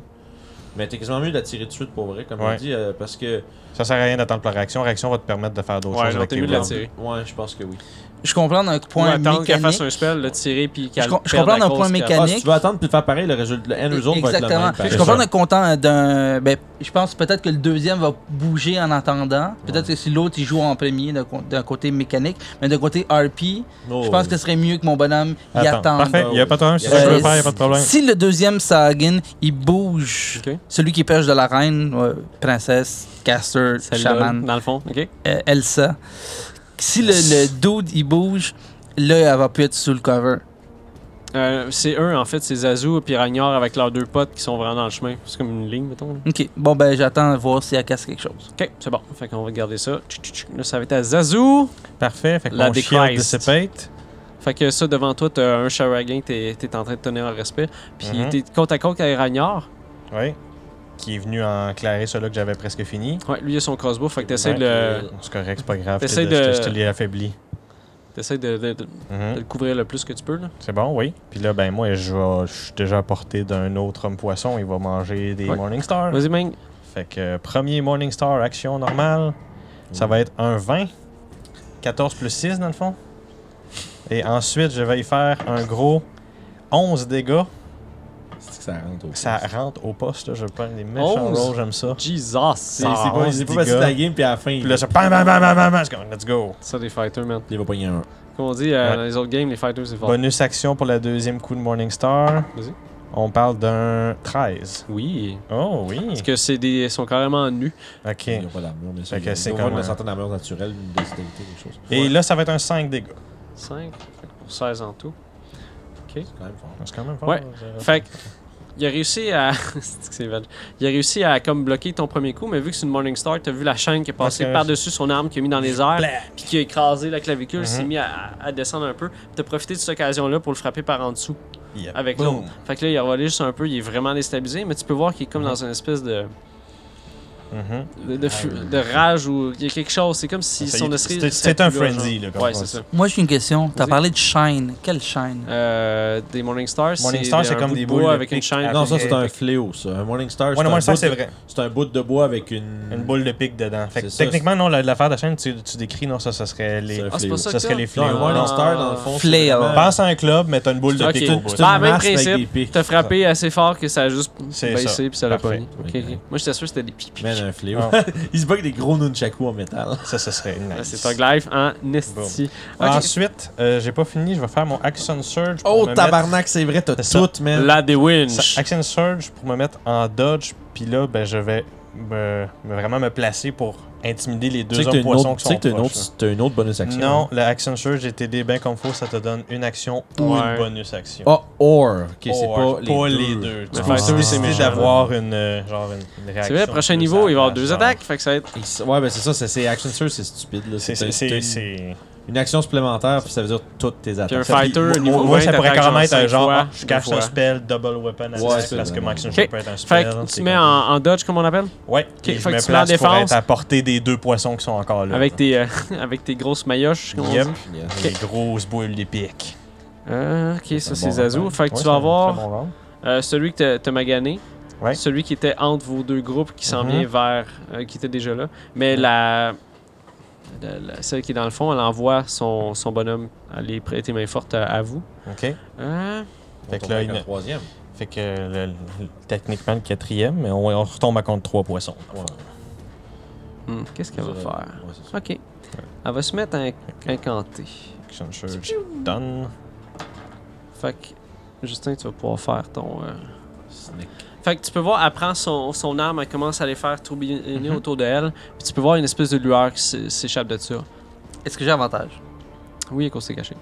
Mais t'es quasiment mieux de la tirer de suite pour vrai, comme
Ouais.
on dit, euh, parce que.
Ça sert à rien d'attendre la réaction. Réaction va te permettre de faire d'autres
Ouais,
choses
non,
avec
t'es
tes
mieux de la
rounds.
tirer.
Ouais, je pense que oui.
Je comprends un
Ou
point
attendre qu'elle fasse
mécanique.
un spell, le tirer, puis qu'elle.
Je com- je
perde
comprends
à
d'un
cause
point
qu'elle-
mécanique.
Ah, si tu veux attendre puis faire pareil, le, résultat, le end result va être le
Exactement.
même.
Fait que
pareil.
je comprends le content d'un. Ben, je pense peut-être que le deuxième va bouger en attendant. Peut-être que si l'autre il joue en premier d'un co- d'un côté mécanique, mais d'un côté RP,
Oh,
je pense que
oui.
ce serait mieux que mon bonhomme y
Attends,
attende.
Parfait, il n'y a pas de problème. Si
Euh,
ça, je veux
si-
faire, il n'y a pas de problème.
Si le deuxième Sagin, il bouge,
Ok.
celui qui pêche de la reine, euh, princesse, caster,
Celle-là,
chaman,
Dans le fond, ok?
euh, Elsa, si le, le dude il bouge, là elle va plus être sous le cover.
Euh, c'est eux, en fait, c'est Zazu et Ragnor avec leurs deux potes qui sont vraiment dans le chemin. C'est comme une ligne, mettons. là.
Ok, bon ben j'attends de voir si elle casse quelque chose.
Ok, c'est bon. Fait qu'on va garder ça. Tchou, tchou, tchou. Là, ça va être à Zazu.
Parfait, fait que
La
mon shield
Dechrist.
dissipate.
Fait que ça, devant toi, t'as un Sharagan, t'es t'es en train de tenir en respect. Puis
Mhm.
t'es côte à côte avec Ragnor.
Oui. Qui est venu en clarer celui que j'avais presque fini.
Ouais, lui, il a son crossbow. Fait que t'essayes
Ouais, Euh,
de, le-
C'est correct, c'est pas grave.
T'essayes
T'essayes de.
de-
Je te l'ai affaibli.
t'essayes de, de- de-
Mhm.
de le couvrir le plus que tu peux. Là.
C'est bon, oui. Puis là, ben moi, je vais- je suis déjà à portée d'un autre homme poisson. Il va manger des
Ouais.
Morningstar.
Vas-y, Ming.
Fait que euh, premier Morningstar, action normale. Ça va être un 20. 14 plus 6 dans le fond. Et ensuite, je vais y faire un gros 11 dégâts.
C'est que ça rentre au
Ça rentre au poste, là. Je prends des méchants
11?
rolls, j'aime ça.
Jesus!
C'est c'est pas,
on
il
se
est pas
dit
passé
gars.
de la game, puis à la fin,
Puis
il,
là, ça bam, bam, bam, bam, bam, bam, c'est comme, let's go.
Ça, des fighters, man.
il va pogner un.
Comme on dit, euh,
Ouais.
dans les autres games, les fighters, c'est fort.
Bonus action pour le deuxième coup de Morningstar.
Vas-y.
On parle d'un 13.
Oui.
Oh oui.
Parce que c'est des. Ils sont carrément nus.
Ok.
Ils n'ont pas d'armure, mais ça,
Fait que
ils
c'est
ont pas
comme un-
une certaine armure naturelle, une dextérité, quelque chose.
Et là, ça va être un 5 dégâts.
5, pour 16 en tout.
c'est quand même fort.
C'est quand même pas
Ouais.
mal, ça.
Fait que, il a réussi à. C'est que c'est vague. Il a réussi à comme bloquer ton premier coup, mais vu que c'est une Morning Star, t'as vu la chaîne qui est passée
Parce que-
par-dessus son arme qui a mis dans les airs,
Blah.
puis qui a écrasé la clavicule,
Mhm.
s'est mis à, à descendre un peu. Puis T'as profité de cette occasion-là pour le frapper par en dessous
Yep.
avec
Boom.
l'autre. Fait que là, il a volé juste un peu, il est vraiment déstabilisé, mais tu peux voir qu'il est comme dans une espèce de,
Mhm.
de, de fu- de rage ou il y a quelque chose. C'est comme si
Ça,
son
il-
esprit.
c'est-
serait
c'est un
plus là,
frenzy,
genre.
là, comme
Ouais,
on
c'est
dit.
ça.
Moi j'ai une question. T'as
Vas-y.
parlé de shine. Quelle shine?
Euh, des Morning Stars.
Morning Stars, c'est
un
comme
bout
des Ah
de bois
boules de
avec une
pique
chaîne.
à-
Non, ça,
Avec-
c'est un fléau, ça. Un Morningstar,
Ouais, non,
un
moi, ça,
bout
c'est
de-
vrai.
C'est un bout de bois avec une.
Une boule de pique dedans. Fait que
C'est ça,
techniquement, non, la- l'affaire de chaîne, tu, tu décris, non, ça, ça serait
C'est
les.
un
Ah, c'est
fléau.
pas ça
Ça
que
serait
t'as?
les Ah.
Non, un
fléaux.
Morning
Non.
Morningstar, dans le fond. c'est
Flail.
vraiment-
Pense à un club, mais t'as une boule de
Ok.
pique au bout.
C'est
Bah,
une
même
masse avec des
principe,
pics.
t'as frappé assez fort que ça a juste
C'est ça.
baissé puis ça l'a pas
Parfait.
mis. Ok, ok.
Oui.
Moi j'étais sûr que c'était des pipi.
Man, un fléau.
Ah.
Il se bat avec des gros nunchaku en métal.
Ça, ça serait nice.
Ah, C'est Thug Life en esti. Ok.
Ensuite, euh, j'ai pas fini, je vais faire mon Action Surge. pour
Oh,
me
tabarnak, c'est vrai, t'as
C'est ça.
tout, man.
La des
mettre-
winch.
ça- Action Surge pour me mettre en dodge, puis là, ben, je vais me, me- vraiment me placer pour intimider les
Tu sais
deux
que t'as
hommes
une
poissons
autre-
qui
tu sais
sont
que t'as une
proches,
autre- t'as une autre bonus
là.
action.
Non, le Action Surge, j'ai TD bien comme faut, ça te donne une action ou
Ouais.
une bonus action.
Ah, or. Ok, c'est
Or,
pas les deux.
Le
Tu vas
fighter,
décider
c'est méchant.
d'avoir une, euh, genre une, une réaction.
C'est vrai, prochain
plus
niveau, il va y avoir
à-
deux
genre-
attaques. Fait que ça va être.
Et c- Ouais, ben c'est ça, c'est- c'est action sur, c'est stupide. là.
C'est
C'est
c'est-
une-
c'est-
Une action supplémentaire, puis ça veut dire toutes tes
Puis un
attaques.
Ça,
fighter,
puis,
niveau
moi, moi,
20,
ça pourrait
t'attaques
quand
genre
même être
cinq
genre,
fois,
ah, je cache
deux
un
fois.
spell, double weapon attack,
Ouais, c'est
parce que
vrai.
Maximum
Ok.
peut être un
Fait
spell.
que tu
c'est
te mets
comme-
en, en dodge, comme on appelle,
Ouais,
fait
et je
que
me
tu mets en
place pour
défense.
être à portée des deux poissons qui sont encore là.
avec tes, euh, avec tes grosses maillotches. comme on
Yep.
dit.
Yes.
Des grosses boules d'épique.
Euh, ok, ça,
un
c'est
bon
Zazu.
rappel.
Fait que
Ouais,
tu
c'est un
vas
très
avoir
bon round.
euh, celui que t'as- t'as magané,
Ouais.
celui qui était entre vos deux groupes qui s'en
Mhm.
vient vers. euh, qui était déjà là. Mais la, la- la- celle qui est dans le fond, elle envoie son, son bonhomme aller prêter main forte à, à vous.
Ok.
Euh,
On
Fait que
tombe
là,
avec
il-
un troisième.
Fait que le- le- techniquement le quatrième, mais on, on retombe à contre trois poissons.
Ouais.
hmm, Qu'est-ce qu'elle va faire?
euh, Ouais, c'est ça.
Ok. Elle va se mettre à incanter.
Action surge, done.
Fait que, Justin, tu vas pouvoir faire ton. euh,
Sneak.
Fait que tu peux voir, elle prend son, son arme, elle commence à les faire tourbillonner autour de elle. Puis tu peux voir une espèce de lueur qui s'é- s'échappe de ça.
Est-ce que j'ai avantage?
Oui, et qu'on s'est caché.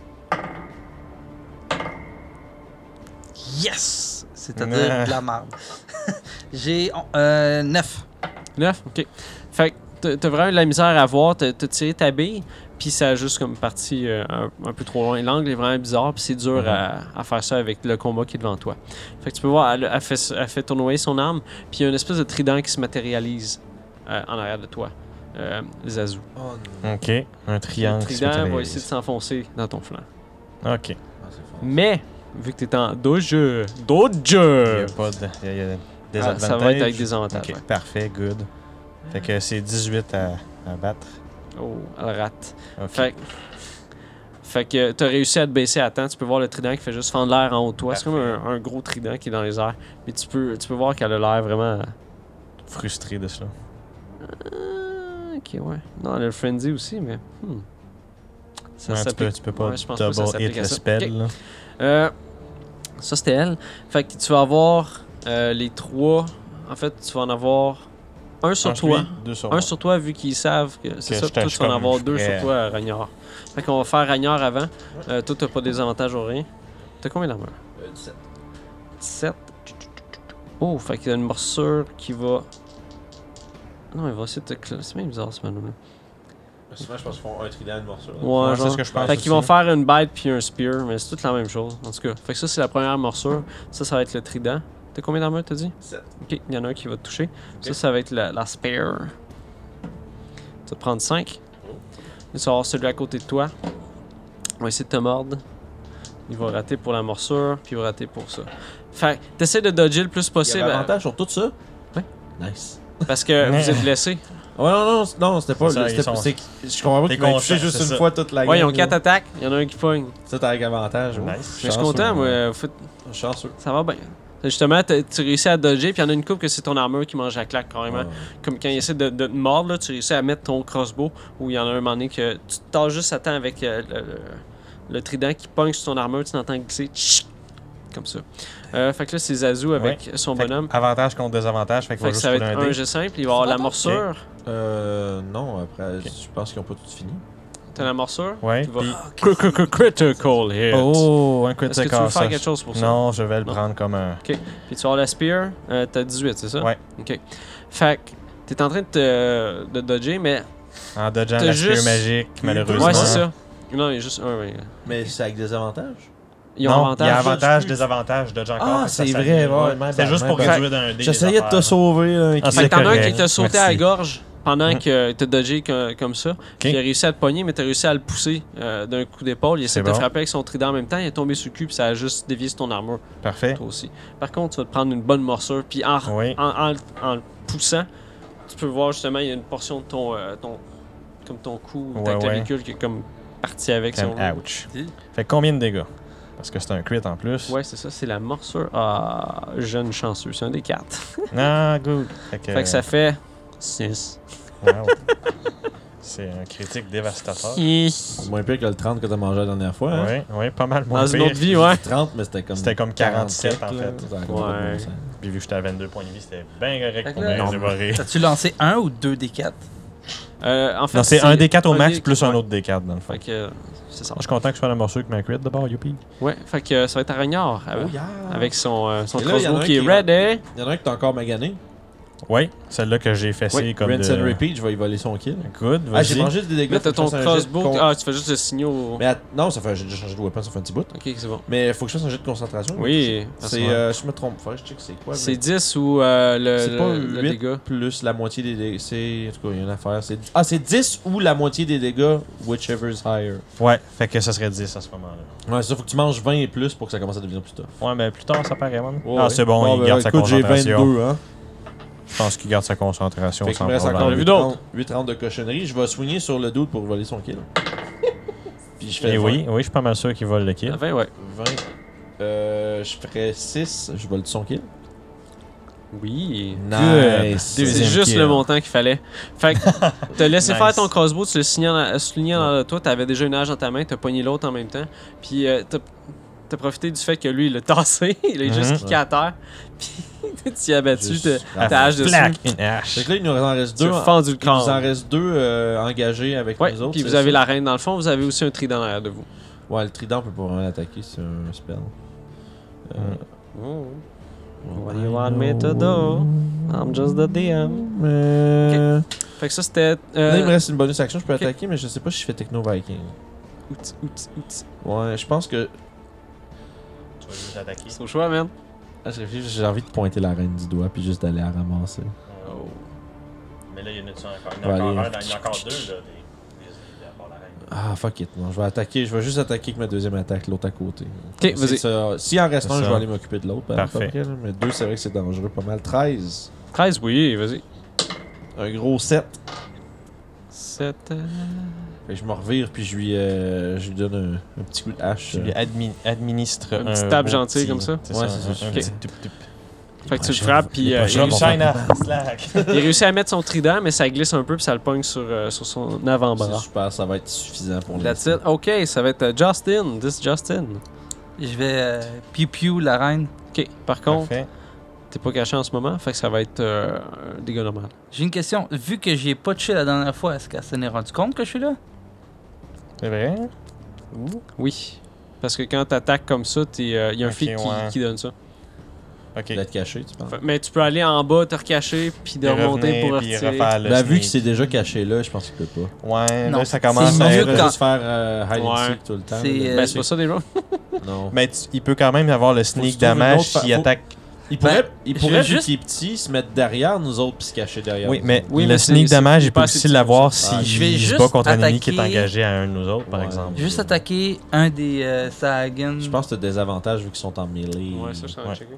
Yes! C'est-à-dire
Nah.
de la merde. j'ai euh, 9.
Neuf, ok. Fait que t'as- t'as vraiment eu de la misère à voir, t'as t'as tiré ta bille, puis ça a juste comme parti euh, un, un peu trop loin. L'angle est vraiment bizarre, puis c'est dur
Mhm.
à, à faire ça avec le combat qui est devant toi. Fait que tu peux voir, elle, elle fait, elle fait tournoyer son arme, puis il y a une espèce de trident qui se matérialise euh, en arrière de toi. Euh, Zazu.
Oh, non.
Ok, un
Le
triangle. qui se
trident va
matérialise.
essayer de s'enfoncer dans ton flanc.
Ok.
Ah, c'est fort.
Mais, vu que t'es en dodge, dodge,
Il y a pas de. Il y a des
Ah, ça va être avec
advantages.
des avantages.
Ok,
ouais.
parfait, good. Fait que c'est 18 à, à battre.
Oh, elle rate.
Ok.
Fait, que- fait que t'as réussi à te baisser à temps. Tu peux voir le trident qui fait juste fendre l'air en haut de toi. C'est comme un, un gros trident qui est dans les airs. Mais tu peux, tu peux voir qu'elle a l'air vraiment.
Frustré de cela.
Ah, ok, ouais. Non, elle a le frenzy aussi, mais. hmm. Ça
Non, tu, peux,
s'applique.
tu peux pas
Ouais, je pense pas que ça
double
s'applique
hit
à
le
ça.
spell.
Ok.
là.
Euh, ça, c'était elle. Fait que tu vas avoir euh, les trois. En fait, tu vas en avoir un sur
Un
toi.
lui, Deux sur
Un
moi.
sur toi, vu qu'ils savent que c'est
Que
ça.
je
Toi,
tâche
tu vas en
comme
avoir
je
deux sur
ferais.
toi, euh, Ragnard. Fait qu'on va faire Ragnard avant. Euh, toi, t'as pas des avantages ou rien. T'as combien d'armure
Euh, 17.
17. Oh, fait qu'il y a une morsure qui va. Non, il va essayer de te. cla- C'est même bizarre ce manu là
Souvent, je pense qu'ils font un trident de morceau.
Ouais,
Ouais,
genre.
c'est ce que je pense.
Fait qu'ils vont
aussi.
faire une bite puis un spear, mais c'est toute la même chose. En tout cas, fait que ça, c'est la première morsure. Ça, ça va être le trident. T'as combien d'armure, t'as dit
17.
Ok, il y en a un qui va te toucher. Ça,
Ok.
ça va être la, la spear. Tu vas prendre 5. Il va avoir celui à côté de toi. On va essayer de te mordre. Il va rater pour la morsure, puis il va rater pour ça. Fait que t'essaies de dodger le plus
Il y
possible
avait
euh,
avantage sur tout ça?
Ouais.
Nice.
parce que vous êtes blessé.
Ah, Ouais, non, non, non, c'était pas.
C'est ça,
c'était-
ils sont-
c'est- Je comprends pas
T'es
qu'ils m'aient touché
conscient,
juste
c'est
une
ça.
fois toute la game.
Ouais, ils ont 4
là.
attaques, il y en a un qui pogne.
Ça, t'as avec avantage. ouais.
Nice.
Mais je suis
Chanceux, hein.
content, moi.
ouais.
euh, faut-
Chanceux.
Ça va bien. Justement, t'as- tu réussis à dodger, puis il y en a une coupe que c'est ton armure qui mange la claque carrément.
Ouais.
Comme quand il essaie de, de te mordre, là, tu réussis à mettre ton crossbow, où il y en a un moment donné que tu te tasses juste à temps avec euh, le, le- le trident qui pogne sur ton armure, tu l'entends glisser. tchic, comme ça. Euh, fait que là, c'est Zazu avec son
Fait que
bonhomme.
Avantage contre désavantage. Fait qu'il
Fait
va
que
juste
ça va
rouler
être
un
un
dé.
jeu simple, il va y avoir la morsure.
Euh. Non, après, je pense qu'ils ont pas tout fini.
T'as la morsure.
Ouais.
Tu vas-
puis-
Cri- cri- cri- Critical hit.
Oh, un
Est-ce que
critical.
tu veux
ça,
faire quelque chose pour ça?
Non, je vais le
Non.
prendre comme un.
Puis tu vas avoir la spear, euh, t'as 18, c'est ça?
Ouais.
Ok. Fait que t'es en train de, te, de dodger, mais.
En dodgeant
T'as
la spear
juste-
magique, malheureusement.
Ouais, c'est ça. Non, il y a juste un. ouais.
Mais c'est avec des avantages.
Ils ont
Non,
avantage.
Il y a avantage,
je-
désavantage, dodge encore.
Ah,
fait que ça
c'est
s'aligne.
vrai, ouais,
Ouais,
my
C'est
bad,
juste
my
pour
bad.
réduire d'un dé.
J'essayais
les
de te
affaires.
sauver. là, avec
Ah,
les-
Fait que t'en as un qui
correct.
t'a sauté à la
Merci. Mm.
gorge pendant que t'as dodgé co- comme ça. Puis il a
Ok.
réussi à te pogner, mais t'as réussi à le pousser euh, d'un coup d'épaule. Il essaie
C'est
de te
bon.
frapper avec son trident en même temps. Il est tombé sur le cul, puis ça a juste dévié sur ton armure,
Parfait.
toi aussi. Par contre, tu vas te prendre une bonne morsure, puis en,
Oui.
en, en- en le poussant, tu peux voir justement, il y a une portion de ton. euh, ton comme ton cou, ou ta
Ouais, ouais.
clavicule qui est comme partie avec son.
Comme ouch. Fait que combien de dégâts Parce que c'est un crit en plus.
Ouais, c'est ça, c'est la morsure. Ah, jeune chanceux, c'est un des quatre.
Ah, good.
Fait que ça fait 6.
wow. C'est un critique dévastateur.
C'est moins pire que le 30 que t'as mangé la dernière fois. hein.
Ouais, ouais, pas mal moins
Dans une
pire.
autre vie, ouais.
30, mais c'était comme.
C'était comme 47, en
là.
fait.
Ça a comme pas de
Ouais.
bon sens.
Puis vu que j'étais à 22 points de vie, c'était bien correct pour
Fait que là-
me dévorer.
T'as-tu lancé un ou deux des quatre?
Euh, en fait,
Non, c'est un des 4 au
un
max
des-
plus un
ouais.
autre des 4 dans le fond.
Fait que euh, c'est ça.
Je suis content que je sois la morsure que ma crit d'abord, youpi.
Ouais, fait que ça va être à Ragnard euh,
Oh, yeah.
avec son, euh, son
Et là, il y en a
crossbow
un
qui est
qui va-
ready.
Il y en a un qui t'a encore magané.
Oui, celle-là que j'ai fessée
Oui,
comme
rinse and
de...
repeat, je vais y voler son kill.
Good,
Ah, j'ai
vas-y.
mangé des dégâts.
Mais t'as
faut que
ton
je fasse un jet de
crossbow.
con-
Ah, tu fais juste le signal. au-
Mais att- non, ça fait, j'ai déjà changé de weapon, ça fait un petit bout.
Ok, c'est bon.
Mais faut que je fasse un jet de concentration.
Oui, parce
C'est,
que-
euh, si je me trompe, faudrait que je check c'est quoi.
c'est
mais
10 ou euh, le,
ben. C'est
le,
pas
le
huit.
dégât.
plus la moitié des dégâts. C'est, en tout cas, il y a une affaire. C'est, ah, c'est 10 ou la moitié des dégâts, whichever is higher.
Ouais, fait que ça serait 10 à ce moment-là.
Ouais, c'est ça, faut que tu manges 20 et plus pour que ça commence à devenir plus tough.
Ouais, mais plus tard, ça paraît, man.
Ouais,
ah,
ouais.
c'est bon,
Bon,
il
ben,
garde sa
écoute, j'ai
concentration.
22, hein.
Je pense qu'il garde sa concentration
Fait qu'il
sans
me reste
problème.
encore
J'en ai vu
8
d'autres.
rounds, 8 rounds de cochonnerie. Je vais soigner sur le dude pour voler son kill. Puis je fais
Et
20.
Eh oui, oui, je suis pas mal sûr qu'il vole le kill.
Enfin, ouais.
20. Euh, je ferais 6. Je vole son kill.
Oui.
Nice.
C'est
Deuxième
juste
kill.
le montant qu'il fallait. Fait que t'as laissé
Nice.
faire ton crossbow, tu le soulignes dans, soulignais dans le toit, t'avais déjà une hache dans ta main, t'as pogné l'autre en même temps. Puis euh, t'as t'as profité du fait que lui, il l'a tassé, il est juste
Mhm.
kické à terre. Puis tu y as battu
Uh-huh. Juste
ta
la
ta hache dessus.
Plaque, Ah, une hache.
Fait que là, il nous en reste
Tu
2.
as fendu le
Il nous en
corps.
reste 2 engagés avec
Ouais,
les autres.
puis vous
c'est
avez
ça?
la reine dans le fond, vous avez aussi un trident derrière de vous.
Ouais, le trident peut pas vraiment l'attaquer, c'est un spell. Euh,
Mm.
What do you want me to do? I'm just the DM.
Mais-
Fait que ça c'était. euh,
Là, il me reste une bonus action, je peux
ok.
attaquer, mais je sais pas si je fais Techno Viking.
outs, outs, outs.
Ouais, je pense que.
Tu vas juste attaquer.
C'est au choix, man.
Ah, je réfléchis, j'ai envie de pointer la reine du doigt puis juste d'aller la ramasser. Oh.
Mais là, il y en a-tu encore?
en Bah, a Ouais, encore allez. un,
il y en a encore deux, là.
Ah, fuck it, non, je vais attaquer, je vais juste attaquer avec ma deuxième attaque, l'autre à côté.
Ok,
C'est
vas-y.
ça. S'il en reste
C'est
un, je
ça.
vais aller m'occuper de l'autre. à peu
Parfait.
près, là. Mais deux, c'est vrai que c'est dangereux pas mal. 13,
13, oui, vas-y.
un gros 7.
7.
Fait que je me revire puis je lui, euh, je lui donne un, un petit coup de hache. euh,
Tu lui admi- administres
Un
un.
petit tape
beau
gentil
petit-
comme ça?
C'est
Ouais,
ça,
c'est ça.
un- un
Ok.
petit toup, toup.
Fait que tu le
prochains-
frappes, puis
les
euh,
J'ai
prochains
il,
vont
réussit,
faire
une à slack.
il réussit à mettre son trident, mais ça glisse un peu, puis ça le pogne sur, euh, sur son
C'est
avant-bras.
super, ça va être suffisant pour
That's
l'instant.
it. Ok, ça va être euh, Justin. This Justin.
Je vais euh, piu piu la reine.
Ok, par contre,
Parfait.
t'es pas caché en ce moment, fait que ça va être euh, un dégât normal.
J'ai une question. Vu que j'ai pas chill la dernière fois, est-ce qu'elle s'en est rendue compte que je suis là?
C'est vrai?
Oui. Parce que quand t'attaques comme ça, il y a un
Ok,
flic qui,
ouais.
qui donne ça.
Ok.
D'être caché, tu penses?
Fait- mais tu peux aller en bas, te recacher, puis de
Et
remonter
revenir,
pour
puis
retirer.
refaire le
Bah, vu
sneak.
que c'est déjà caché là, je pense qu'il peut pas. Ah,
Ouais,
Non,
là, ça commence
c'est
à
mieux
être.
quand-
juste faire euh, hide and seek
Ouais.
tout le temps.
C'est,
là.
euh,
Ben, c'est pas ça, des rounds.
Non.
Mais tu- il peut quand même avoir le
Faut que
sneak
tu trouves une
damage
autre fa-
s'il
faut-
attaque.
Il pourrait,
Ben,
il
je
pourrait
veux
vu
juste-
qu'il est petit, se mettre derrière nous autres puis se cacher derrière
Oui,
nous
mais
autres.
Oui,
le
mais c'est-
sneak
c'est
damage, il
pas
peut
assez
aussi
petit
l'avoir
Ah,
s'il
je vais
se
juste
bat contre un ennemi qui est
attaquer-
engagé à un de nous autres, par
Ouais.
exemple.
Juste attaquer un des euh, Sagan.
Je pense que t'as des avantages vu qu'ils sont en mêlée.
Ouais, ça, je suis en train de
Ouais.
checker.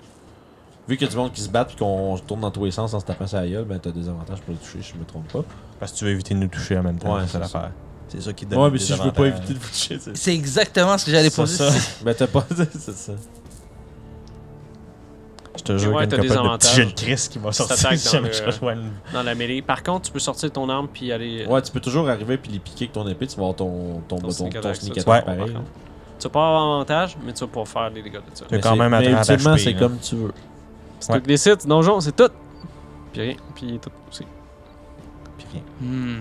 vu qu'il y a du monde qui se bat puis qu'on se tourne dans tous les sens en se tapant sa gueule, ben t'as des avantages pour le toucher, si je me trompe pas.
Parce que tu veux éviter de nous toucher en même temps,
Ouais,
c'est
c'est
l'affaire. C'est ça qui donne.
Ouais, mais
des
si je veux pas
avantages.
éviter de vous toucher, c'est
C'est exactement ce que j'allais
C'est
poser.
ça. ben t'as pas. c'est ça.
Je te jure
Ouais,
qu'il
t'as
y a une
des
capote de
avantages.
petit jeu de Chris qui va
Ça
sortir
t'attaque
si
dans
jamais
le-
je rejoins une-
Dans la mêlée. Par contre, tu peux sortir ton arme, puis aller. euh,
Ouais, tu peux toujours arriver puis les piquer avec ton épée, tu vas avoir ton, ton, ton, ton,
sneak attack,
sneak
ça,
attack
tu vas
pareil.
avoir Tu vas pas avoir avantage, mais tu vas pouvoir faire des dégâts de ça.
T'as
Mais
quand
c'est-
même
Mais
30
ultimement,
HP,
c'est
là.
comme tu veux.
C'est
Ouais.
toi qui décides, c'est donjon, c'est tout. Puis rien, puis tout aussi.
Puis rien.
Hmm.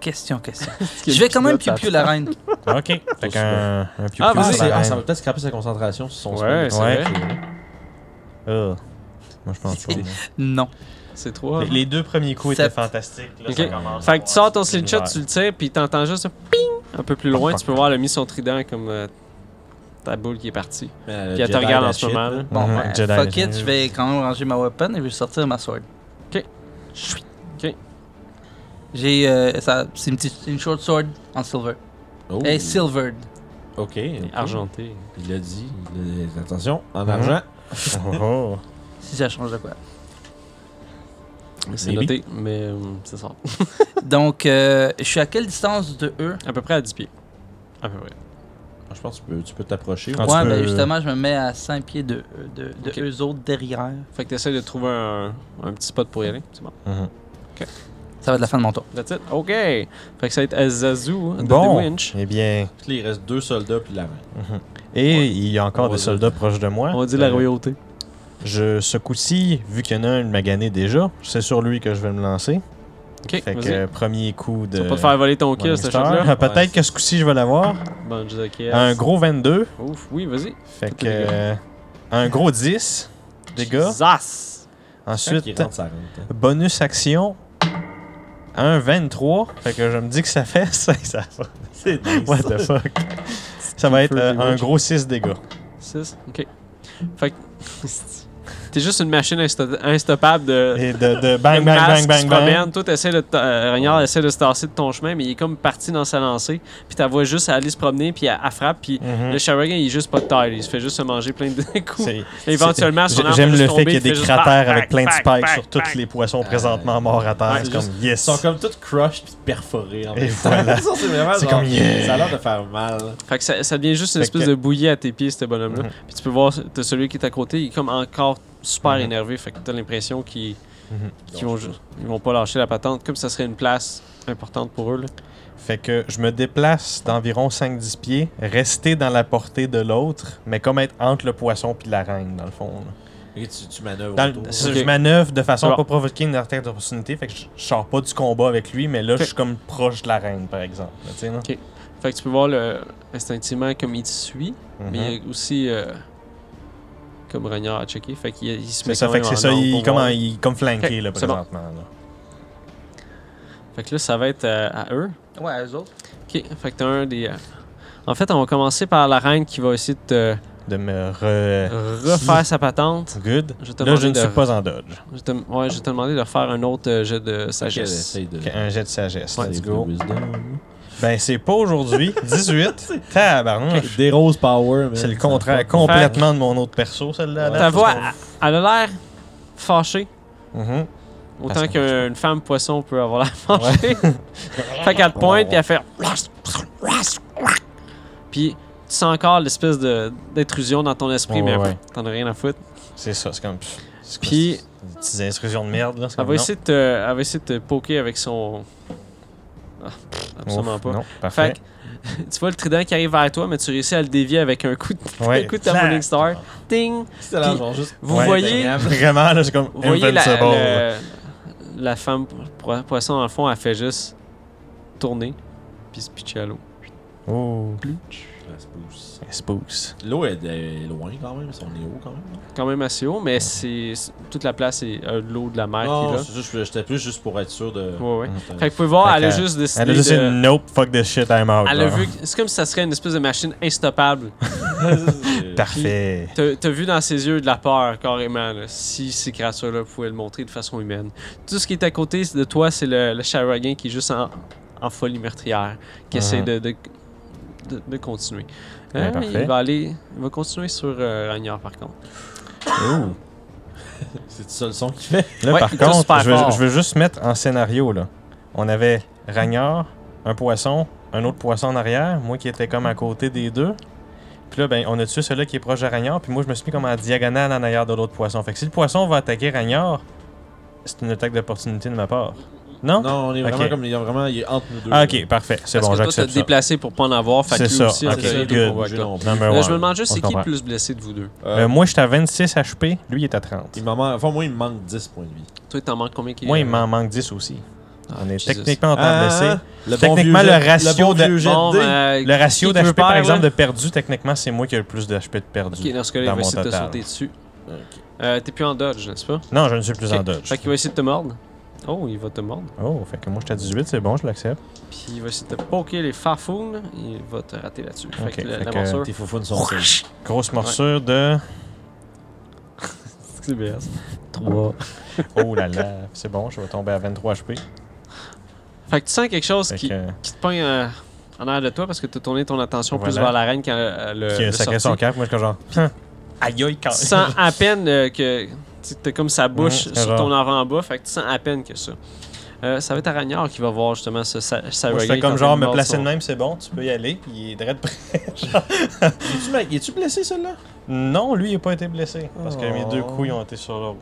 Question, question.
qu'il y a
je vais
une
quand même piu
pilote
piu la reine.
Ok, fait qu'un un piou
Ah,
Ah,
vas-y.
c'est- ah, ça va
va.
peut-être scraper sa concentration sur son
Ouais,
spell.
c'est
Ouais.
vrai.
Moi, je pense pas.
C'est-
non.
Non.
C'est trois.
Les, les deux premiers coups
Sept.
étaient fantastiques. Là,
Ok.
ça commence
Fait
à
que tu sors ton
avoir-
slingshot, tu le tires, puis t'entends juste un ping un peu plus loin. Tu peux voir le mis son trident comme euh, ta boule qui est partie. Puis elle te regarde en ce moment. là.
Bon,
Mhm,
ben,
Jedi
fuck
Legend.
it, je vais quand même ranger ma weapon et je vais sortir ma sword.
Ok.
Chouit.
Ok.
J'ai. euh, ça- c'est une petite une short sword en silver.
Oh.
Elle est silvered.
Ok. ok.
Argenté.
Il a dit. il a- Attention, en
Mhm.
argent.
Oh, oh.
Si ça change de quoi.
C'est
Maybe.
noté, mais euh, c'est ça.
Donc, euh, je suis à quelle distance de eux
À peu près à 10 pieds. À peu près.
Je pense que tu peux- tu peux t'approcher.
Ah, tu
Ouais,
peux-
ben justement, je me mets à 5 pieds de, euh, de, de
Ok.
eux autres derrière.
Fait que t'essaies de trouver un, un petit spot pour y aller. C'est bon.
Mhm.
Ça va être la fin de mon tour.
That's it. OK. Fait que ça va être Azazu hein, de The
Bon,
Winch.
eh bien.
Puis là, il reste deux soldats puis la reine.
Et il y a encore
On va
des soldats proches de moi.
Mhm. On dit la
Euh,
royauté.
Je, ce coup-ci, vu qu'il y en a un de m'a gagné déjà, c'est sur lui que je vais me lancer.
OK,
Fait que
vas-y.
euh, premier coup de.
Tu vas pas te faire voler ton kill, cette
Morningstar.
chose-là.
Peut-être
Ouais.
que ce coup-ci, je vais l'avoir.
Bon, je dis
Un gros 22.
Ouf, oui, vas-y.
Fait euh,
Toutes
que.
les dégâts.
euh, un gros 10 dégâts.
Zas!
Ensuite,
Ensuite,
rentre, ça rentre. hein.
bonus action. 1,23. Fait que je me dis que ça fait 5. Ça va.
C'est nice.
What the fuck? Ça va être
Feu
euh,
des
un
witches.
gros 6 dégâts.
6, ok. Fait que. T'es juste une machine insto- instoppable de.
Et de, de
de
bang, bang,
masse
bang,
qui
bang,
se
bang.
promène. Toi, t'essaies de. t- euh, Ragnar essaie de se tasser de ton chemin, mais il est comme parti dans sa lancée. Puis ta vois juste aller se promener, puis elle, elle frappe, puis
Mhm.
le Sharagan, il est juste pas de taille. Il se fait juste se manger plein de coups.
C'est-
Éventuellement, son
J'ai-
arme
J'aime
va
le
juste
fait
tomber,
qu'il y a
il
des
fait juste
cratères
bang,
avec plein
bang,
de
bang,
spikes
bang,
sur tous
bang. Euh,
les poissons présentement morts à terre.
Ouais,
C'est comme
Ils
yes.
sont comme tous crushed puis perforés. En
Et
même temps.
voilà.
ça, c'est vraiment.
C'est
genre-
comme, yeah.
Ça a l'air de faire mal.
Fait que ça, ça devient juste une
Fait
espèce
que-
de bouillie à tes pieds, ce bonhomme-là.
Mhm.
Puis tu peux voir, t'as celui qui est à côté, il est comme encore super
Mhm.
énervé. Fait que t'as l'impression qu'ils
Mhm.
qu'ils vont, ju- ils vont pas lâcher la patente, comme ça serait une place importante pour eux. là.
Fait que je me déplace d'environ 5-10 pieds, rester dans la portée de l'autre, mais comme être entre le poisson puis l'araigne, dans le fond. là.
Et tu, tu manœuvres.
Dans le-
autour.
si
Ok.
Je manœuvre de façon
Alors-
à pas provoquer une attaque d'opportunité, fait que je, je sors pas du combat avec lui, mais là,
Ok.
je suis comme proche de l'araigne, par exemple. là, tu sais, là.
Fait que tu peux voir le, instinctivement comme il te suit,
Mhm.
mais il est aussi euh, comme Ragnar a checké. Fait qu'il il se met
C'est ça,
quand
fait que
même
c'est
en
ça,
ordre
il
pour
est comme,
voir.
en- il est comme flanqué,
Ok,
là,
c'est bon.
présentement. là.
Fait que là, ça va être euh, à eux.
Ouais, eux autres.
Ok, fait que t'as un des. euh, En fait, on va commencer par la reine qui va essayer de te
De me re...
refaire sa patente.
Good.
Je vais te
Là, je
demander
ne
de-
suis pas en dodge.
Je te, ouais, je t'ai demandé de refaire un autre euh, jet de sagesse.
Essaye de.
Ok, un jet de sagesse.
Ouais,
let's
Save the
go.
wisdom.
Ben, c'est pas aujourd'hui. 18. Tabarnouche.
Des roses power, mais.
C'est le contraire complètement de mon autre perso, celle-là.
Ouais.
Ta
là.
voix, elle a l'air fâchée.
Mhm. Parce
Autant
qu'on
qu'une femme poisson peut avoir l'air fâchée. fait qu'elle te pointe et elle fait. Puis tu sens encore l'espèce de- d'intrusion dans ton esprit, mais
Ouais, ouais.
t'en as rien à foutre.
C'est ça, c'est comme. pff, c'est quoi,
Puis-
c'est- Des petites intrusions de merde, là. c'est
Elle
comme,
va,
non.
essayer de te, elle va essayer de te poker avec son. Ah, pff, absolument
Ouf,
pas.
Non,
Fait
parfait.
que, tu vois le trident qui arrive vers toi, mais tu réussis à le dévier avec un coup de,
Ouais.
un coup de ta Morning Star. Ding!
C'est là,
Puis-
genre juste.
Vous
Ouais,
voyez,
Vraiment, là, c'est comme.
vous voyez la,
invincible.
le- la femme po- poisson, dans le fond, elle fait juste tourner puis se pitcher à l'eau.
Oh,
Ah, c'est pas aussi-
spooks.
L'eau est est loin quand même, si on est haut quand même. hein.
Quand même assez haut, mais c'est c'est- toute la place est euh, de l'eau de la mer qui
Oh,
Non,
est là.
c'est juste, je- j'étais plus juste pour être sûr de.
Ouais, ouais.
Mm.
Putain.
Fait que vous pouvez voir,
Fait
elle a
qu'elle-
juste décidé
Elle a juste
de-
une nope, fuck this shit, I'm out.
Elle a
là.
vu, que- c'est comme si ça serait une espèce de machine instoppable.
Parfait.
T'as t'as vu dans ses yeux de la peur, carrément, là, si ces créatures-là pouvaient le montrer de façon humaine. Tout ce qui est à côté de toi, c'est le, le Sharagan qui est juste en, en folie meurtrière, qui
Mhm.
essaie de, de, de- de continuer.
Ben,
Hein, mais
parfait.
il va aller, il va continuer sur euh, Ragnar, par contre.
Ouh.
C'est ça le son qu'il fait.
Là,
Ouais,
par
il était super
contre, je veux,
fort.
je veux juste mettre en scénario. là. On avait Ragnar, un poisson, un autre poisson en arrière, moi qui étais comme à côté des deux. Puis là, ben, on a tué celui-là qui est proche de Ragnar, puis moi je me suis mis comme en diagonale en arrière de l'autre poisson. Fait que si le poisson va attaquer Ragnar, c'est une attaque d'opportunité de ma part. Non?
Non, on est vraiment
Ok.
comme. Il est vraiment il est entre nous deux.
Ah, ok, parfait. C'est
Parce
bon,
que toi, t'as
j'accepte ça.
déplacé pour pas en avoir, fait que
C'est
lui
ça,
aussi,
ok,
essaie de
good.
convaincre toi.
Number
Là,
one.
je me demande juste
On
c'est qui
comprend.
le plus blessé de vous deux.
Euh, moi, j'étais à 26 HP, lui, il est à 30.
Il m'en manque- Enfin, moi, il me manque 10 points de vie.
Toi, t'en manques combien qui
Moi, il m'en manque 10 aussi.
Ah,
on est
Jesus.
techniquement en temps
Ah,
blessé.
le
Techniquement,
vieux
le
jet-
ratio
bon
de-
vieux jet
Bon,
dés.
ben,
Le ratio
qui tu veux
d'HP, par
perdre,
exemple,
là?
de perdu, techniquement, c'est moi qui ai le plus de HP de perdu.
Ok, dans ce cas-là, il
dans
va
mon
essayer de te
total.
sauter dessus.
Ok.
Euh, T'es plus en dodge, n'est-ce pas?
Non, je ne suis plus en
Ok.
dodge.
Fait qu'il va essayer de te mordre. Oh, il va te mordre.
Oh, fait que moi j'étais à 18, c'est bon, je l'accepte.
Puis il va essayer de te poker les farfoules. Il va te rater là-dessus. Fait
Ok,
que la,
fait
la
que
morsure.
Tes foufounes
oh,
sont safe.
Grosse morsure de.
C'est BS. 3.
Oh là là, c'est bon, je vais tomber à 23 HP.
Fait que tu sens quelque chose
Fait
qui,
que. euh,
qui te pogne euh, en arrière de toi parce que t'as tourné ton attention plus
Voilà.
vers la reine qu'à euh, le.
qui a
le
sacré son
sorti.
cap, moi je suis genre. Hein, Aïe aïe, quand
Tu sens à peine euh, que. tu- T'as comme sa bouche
Mhm,
sur
genre.
ton avant-bas. Fait que tu sens à peine que ça. Euh, ça va être Aragnard qui va voir justement ce sa sa-
Moi
Sarah
je fais comme
quand
genre,
elle
me
mord
placer
son-
de même, c'est bon, tu peux y aller. Il est direct prêt.
Es-tu ma- Es-tu blessé, celui-là?
Non, lui il n'a pas été blessé. Parce que mes
Oh.
deux coups ils ont été sur l'autre.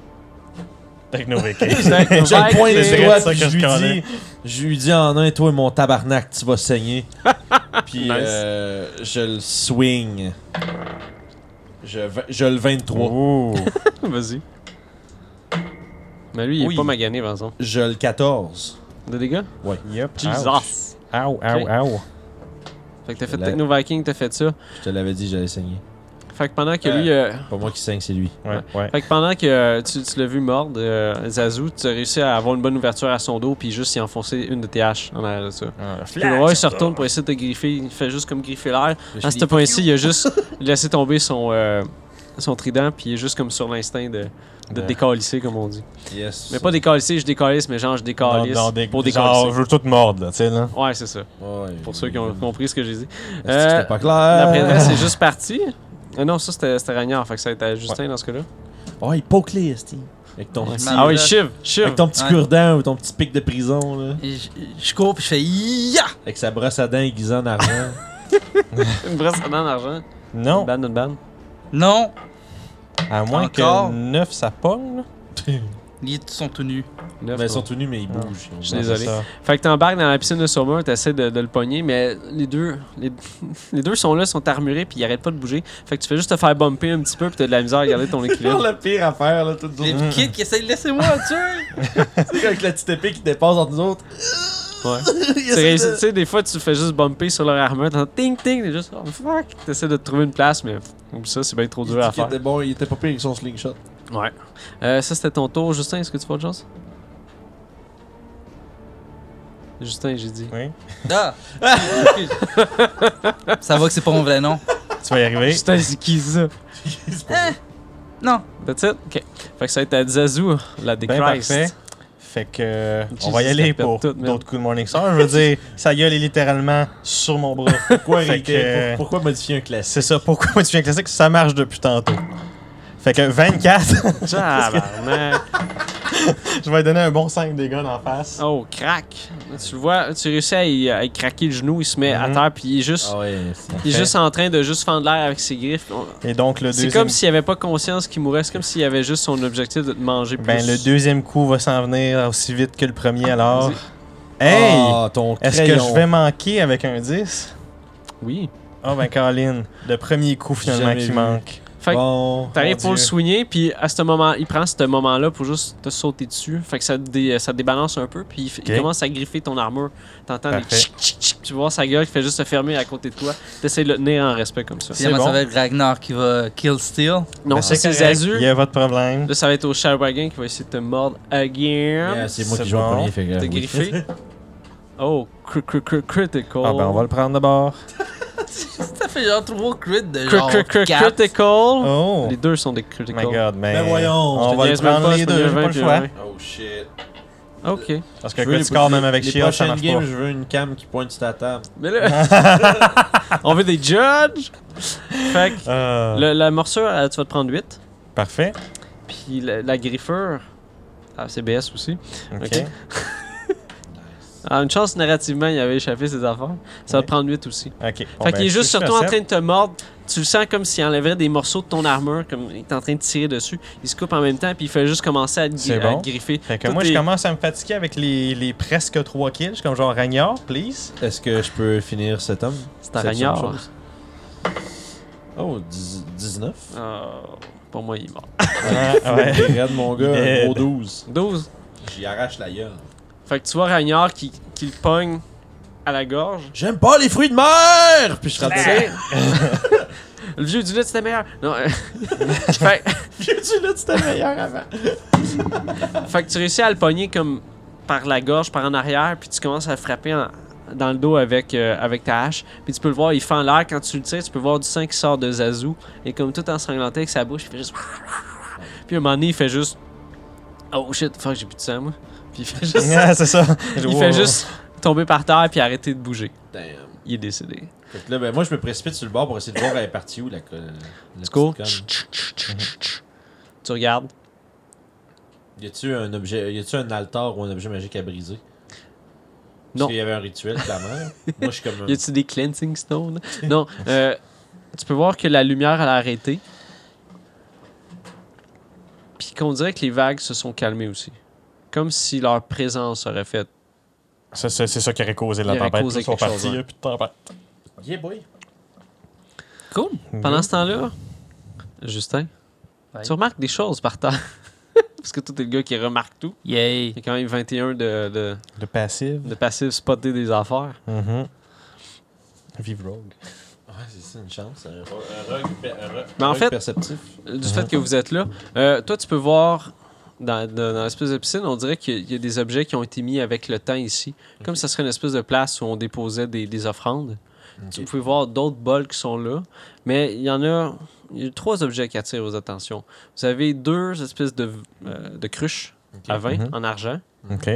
Technovéqué.
Fait que-
J'ai le point
fait que-
c'est
des doigts,
ça
puis
que
je
je
lui
connais.
dis, je lui dis en un, toi mon tabarnak, tu vas saigner. puis
Nice.
euh, je le swing. Je, vi- je le 23.
Ouh.
Vas-y. Mais lui, il est
Oui.
pas magané, par exemple.
Je le 14.
De dégâts?
Ah Yep.
Jesus!
ouch. Ow, ow,
Ok.
ow.
Fait que t'as fait
Là-
Techno Viking, t'as fait ça.
Je te l'avais dit, j'allais saigner.
Fait que pendant que lui. euh,
Pas moi qui saigne, c'est lui.
Ouais, ouais.
Fait que pendant que euh, tu, tu l'as vu mordre, euh, Zazu, tu as réussi à avoir une bonne ouverture à son dos, puis juste y enfoncer une de tes haches en arrière de ça.
Ah,
Puis le roi, il se retourne pour essayer de te griffer. Il fait juste comme griffer l'air. À ce point-ci, il a juste laissé tomber son, euh, son trident, puis il est juste comme sur l'instinct de, de
Ouais.
décalisser, comme on dit.
Yes.
Mais pas décalisser, je décalisse, mais genre je
Dans-
décalisse
dans des-
pour
genre,
décalisser.
je veux tout mordre, là, tu sais, là.
Ouais, c'est ça.
Ouais.
Pour ceux qui ont compris ce que j'ai dit.
Est-ce que
Euh,
C'était pas
La
clair.
prêtresse est juste partie. Ah non, ça c'était c'était Ragnard, fait que ça a été à Justin dans ce cas-là.
Ouais, il poke les esti. Avec ton
Ouais.
petit,
Ah oui, chiv, chiv.
avec ton petit
Ouais.
cure-dent ou ton petit pic de prison, là.
Et Je, je cours puis je fais Ya!
Avec sa brosse à dents aiguisée en avant.
Une brosse à dents d'argent. Une
Non,
bande, une bande.
Non!
Ben, à moins
Encore?
que 9 ça pogne. là.
Ils sont tout nus.
Neuf,
mais ils
non.
sont tous nus, mais ils bougent.
Je suis
Non,
désolé.
c'est ça.
Fait que t'embarques dans la piscine de saumur, t'essaies de, de le pogner, mais les deux, les, les deux sont là, sont armurés, puis ils arrêtent pas de bouger. Fait que tu fais juste te faire bumper un petit peu, puis t'as de la misère à garder ton équilibre.
le pire à faire, là, tout le
Les kids qui essayent de laisser moi tuer!
Avec la petite épée qui dépasse entre nous autres.
Ouais. Tu réussis- tu sais, des fois, tu fais juste bumper sur leur armure, t'entends ting ting, t'es juste oh fuck, t'essaies de te trouver une place, mais oublie ça, c'est bien trop dur à faire.
bon, il était pas pire avec son slingshot.
Ouais. Euh, ça, c'était ton tour. Justin, est-ce que tu fais autre chose? Justin, j'ai dit.
Oui.
Ah! ça va que c'est pas mon vrai nom.
Tu vas y arriver.
Justin, c'est qui ça?
Eh, Non!
That's it? Ok. Fait que ça a été à Zazu, la
Ben
décrise.
parfait. Fait que euh, on
Jesus,
va y aller
ça perd
pour
tout, man.
d'autres coups de Morning Star. Je veux dire, sa gueule est littéralement sur mon bras.
Pourquoi,
Fait
il
que,
était-
euh,
pourquoi modifier un classique?
C'est ça. Pourquoi moi, tu viens classique Ça marche depuis tantôt. Fait que 24,
Tabarnak.
je vais lui donner un bon 5 dégâts en face.
Oh, crack! Tu le vois, tu réussis à y, à y craquer le genou, il se met à
Mhm.
terre, puis il est juste,
ouais,
il est
parfait.
juste en train de juste fendre l'air avec ses griffes. On-
Et donc le
C'est
deuxième,
comme s'il avait pas conscience qu'il mourait, c'est comme s'il avait juste son objectif de te manger plus.
ben, le deuxième coup va s'en venir aussi vite que le premier
Ah,
alors. Hey!
Oh!
Ah, ton
Est-ce que
crayon.
je vais manquer avec un 10?
Oui.
Oh ben Caroline, le premier coup finalement
Jamais
qui
vu.
manque.
Fait que
Bon.
T'arrives
Mon
pour le
Dieu.
soigner, puis à ce moment, il prend ce moment-là pour juste te sauter dessus. Fait que ça, te dé- ça te débalance un peu, puis il, fait- il
Ok.
commence à griffer ton armure. T'entends des
Parfait.
tchic, tchic, tchic, tu vois sa gueule qui fait juste se fermer à côté de toi. T'essayes de le tenir en respect comme ça.
C'est
Finalement,
bon.
ça va être Ragnar qui va kill Steel.
Non,
Ben,
ça, c'est
correct.
Zazu.
Il y a votre problème.
Là, ça va être au Shadowwagon qui va essayer de te mordre again.
Yeah, c'est moi
C'est
qui joue en
bon.
premier, fait que.
T'as
oui.
griffé. Oh, cr- cr- cr- critical.
Ah ben on va le prendre d'abord.
Ça fait genre trop crit de
Cr-
genre
cr- cr-
quatre.
critical.
Oh!
Les deux sont des
Oh
critical.
my god, mais.
Ben voyons,
On
je
va le
Niaise même
prendre
pas,
les
c'est pas
deux, j'ai pas le
20,
choix.
Oh shit.
Ok.
Parce que
Je veux les-
critical score, même avec
les
Shield, ça
prochaines
marche
games,
pas.
je veux une cam qui pointe sur ta table.
Mais là, on veut des judges. Fait que.
Euh,
Le- la morsure, euh, tu vas te prendre 8.
Parfait.
Puis la, la griffure, ah, c'est BS aussi.
Ok.
Ok. Ah, une chance, narrativement, il avait échappé ses affaires. Ça va
Ouais.
te prendre 8 aussi.
Ok. Bon,
fait
ben,
qu'il est
si
juste
je suis
surtout en
à
train de te mordre. Tu le sens comme s'il enlèverait des morceaux de ton armure, comme il est en train de tirer dessus. Il se coupe en même temps, puis il fait juste commencer à, te gri-
C'est
à
bon.
te griffer.
sept. Fait que
Tout
moi, je
est-
commence à me fatiguer avec les, les presque 3 kills. Je suis comme genre Ragnard, please.
Est-ce que je peux finir cet homme
C'est un
C'est la
ragnard.
seule chose. Oh, 10 19.
Oh, pour moi, il est mort.
Ah, ouais.
Regarde mon gars,
Yeah.
un gros 12.
12.
J'y arrache la gueule.
Fait que tu vois Ragnard qui, qui le pogne à la gorge.
J'aime pas les fruits de mer! Puis je
Tu
rentre
sais, le vieux du lit, c'était meilleur. Non, euh, fait,
J'ai dit là, c'était meilleur avant.
Fait que tu réussis à le pogner comme par la gorge, par en arrière, puis tu commences à le frapper en- dans le dos avec, euh, avec ta hache. Puis tu peux le voir, il fend l'air quand tu le tires, tu peux voir du sang qui sort de Zazu. Et comme tout ensanglanté avec sa bouche, il fait juste. Puis à un moment donné, il fait juste. Oh shit, fuck, j'ai plus de sang, moi. Puis il fait juste.
Ah, c'est ça.
il fait juste tomber par terre, puis arrêter de bouger.
Damn.
Il est décédé.
Fait que là, ben, moi, je me précipite sur le bord pour essayer de voir elle est partie où, la, co- la
Let's go.
petite conne.
Tu regardes.
Y a-tu un objet, y a-tu un altar ou un objet magique à briser? Parce
Non.
qu'il y avait un rituel, clairement. moi, je suis comme.
Y a-tu des cleansing stones? Non. euh, tu peux voir que la lumière, elle a arrêté. Puis qu'on dirait que les vagues se sont calmées aussi. Comme si leur présence aurait fait.
C'est ça, c'est ça qui aurait causé la
Il aurait
tempête.
causé
Ils sont
quelque chose,
partis,
ouais.
il y a plus de tempête.
Yeah, boy.
Cool. Pendant ce temps-là, Justin,
Ouais.
tu remarques des choses par terre. Parce que toi, t'es le gars qui remarque tout.
Yay!
Il y a quand même 21 de, de,
Le passif. Mm-hmm.
de passifs spotter des affaires.
Mhm. Vive Rogue.
Ouais, c'est ça, une chance. Un, ro- un rogue, pe- un ro-
Mais en
rogue
fait-
perceptif.
du fait que vous êtes là. Euh, toi, tu peux voir dans, dans- dans l'espèce de piscine, on dirait qu'il y a- il y a des objets qui ont été mis avec le temps ici. Comme ça serait une espèce de place où on déposait des, des offrandes. Tu
Ok.
peux voir d'autres bols qui sont là. Mais il y en a, il y a trois objets qui attirent vos attentions. Vous avez deux espèces de, euh, de cruches
Ok.
à vin
Mhm.
en argent,
Ok.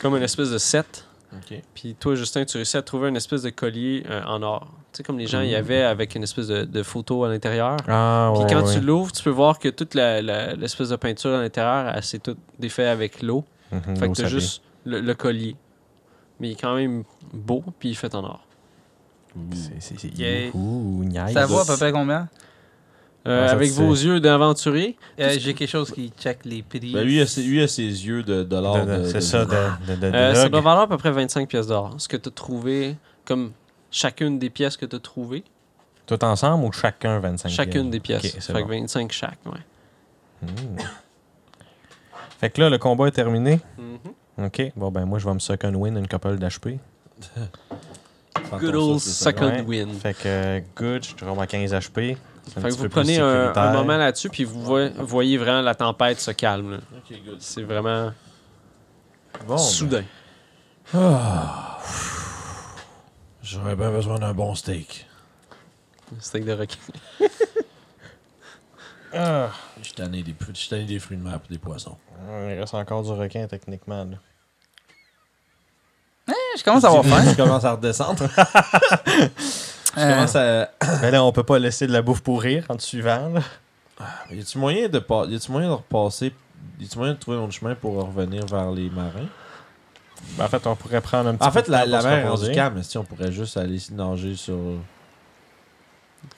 comme une espèce de set.
Ok.
Puis toi, Justin, tu réussis à trouver une espèce de collier euh, en or. Tu sais, comme les gens
Mhm.
y avaient avec une espèce de, de photo à l'intérieur.
Ah,
Puis
ouais.
quand
ouais.
tu l'ouvres, tu peux voir que toute la- la- l'espèce de peinture à l'intérieur, elle s'est toute défaite avec l'eau.
Mhm,
Fait que
l'eau
t'as
salée.
juste le, le collier. Mais il est quand même beau, puis il est fait en or.
C'est- c'est- c'est-
Yay.
Ouh, nice.
Ça vaut à peu près combien
Euh,
Ah, ça,
avec
c'est-
vos yeux d'aventurier,
Euh, J'ai quelque chose qui check les prix.
Ben, lui, il a ses, lui, il a ses yeux de dollars.
De- de-
de-
C'est
de-
ça, de, de, de, de
euh, ça
log.
doit valoir à peu près 25 pièces d'or. Ce que tu as trouvé, comme chacune des pièces que tu as trouvées,
Tout ensemble ou chacun 25
chacune des pièces.
euh, Ok, c'est
fait que
bon.
25 chaque, ouais.
Hmm. Fait que là, le combat est terminé.
Mm-hmm.
Ok, bon ben moi je vais me second win une couple d'HP.
Fantôme,
Good old
ça, c'est ça.
second
ouais.
win.
Fait que euh, good, je suis rendu à 15 HP. C'est
Fait
un
que vous
petit peu plus
prenez un,
sécuritaire.
un moment là-dessus, puis vous voy- voyez vraiment la tempête se calme. là.
Ok, good.
C'est vraiment
Bon, ben,
soudain.
Ah. J'aurais bien besoin d'un bon steak.
Steak de requin.
ah,
Je suis tanné des, je suis tanné des fruits de mer et des poissons.
il reste encore du requin techniquement. là.
Eh, Je commence à avoir faim.
Je commence à redescendre. Je
Euh,
commence à.
Mais Ben là on peut pas laisser de la bouffe pourrir en te suivant. là.
Y a-tu moyen de pas... Y a-tu moyen de repasser Y a-tu moyen de trouver un autre chemin pour revenir vers les marins
Ben, en fait on pourrait prendre un petit
En fait,
peu de
la,
temps
la
pour se
mer est
reposer.
rendue calme. Si on pourrait juste aller s'y nager sur.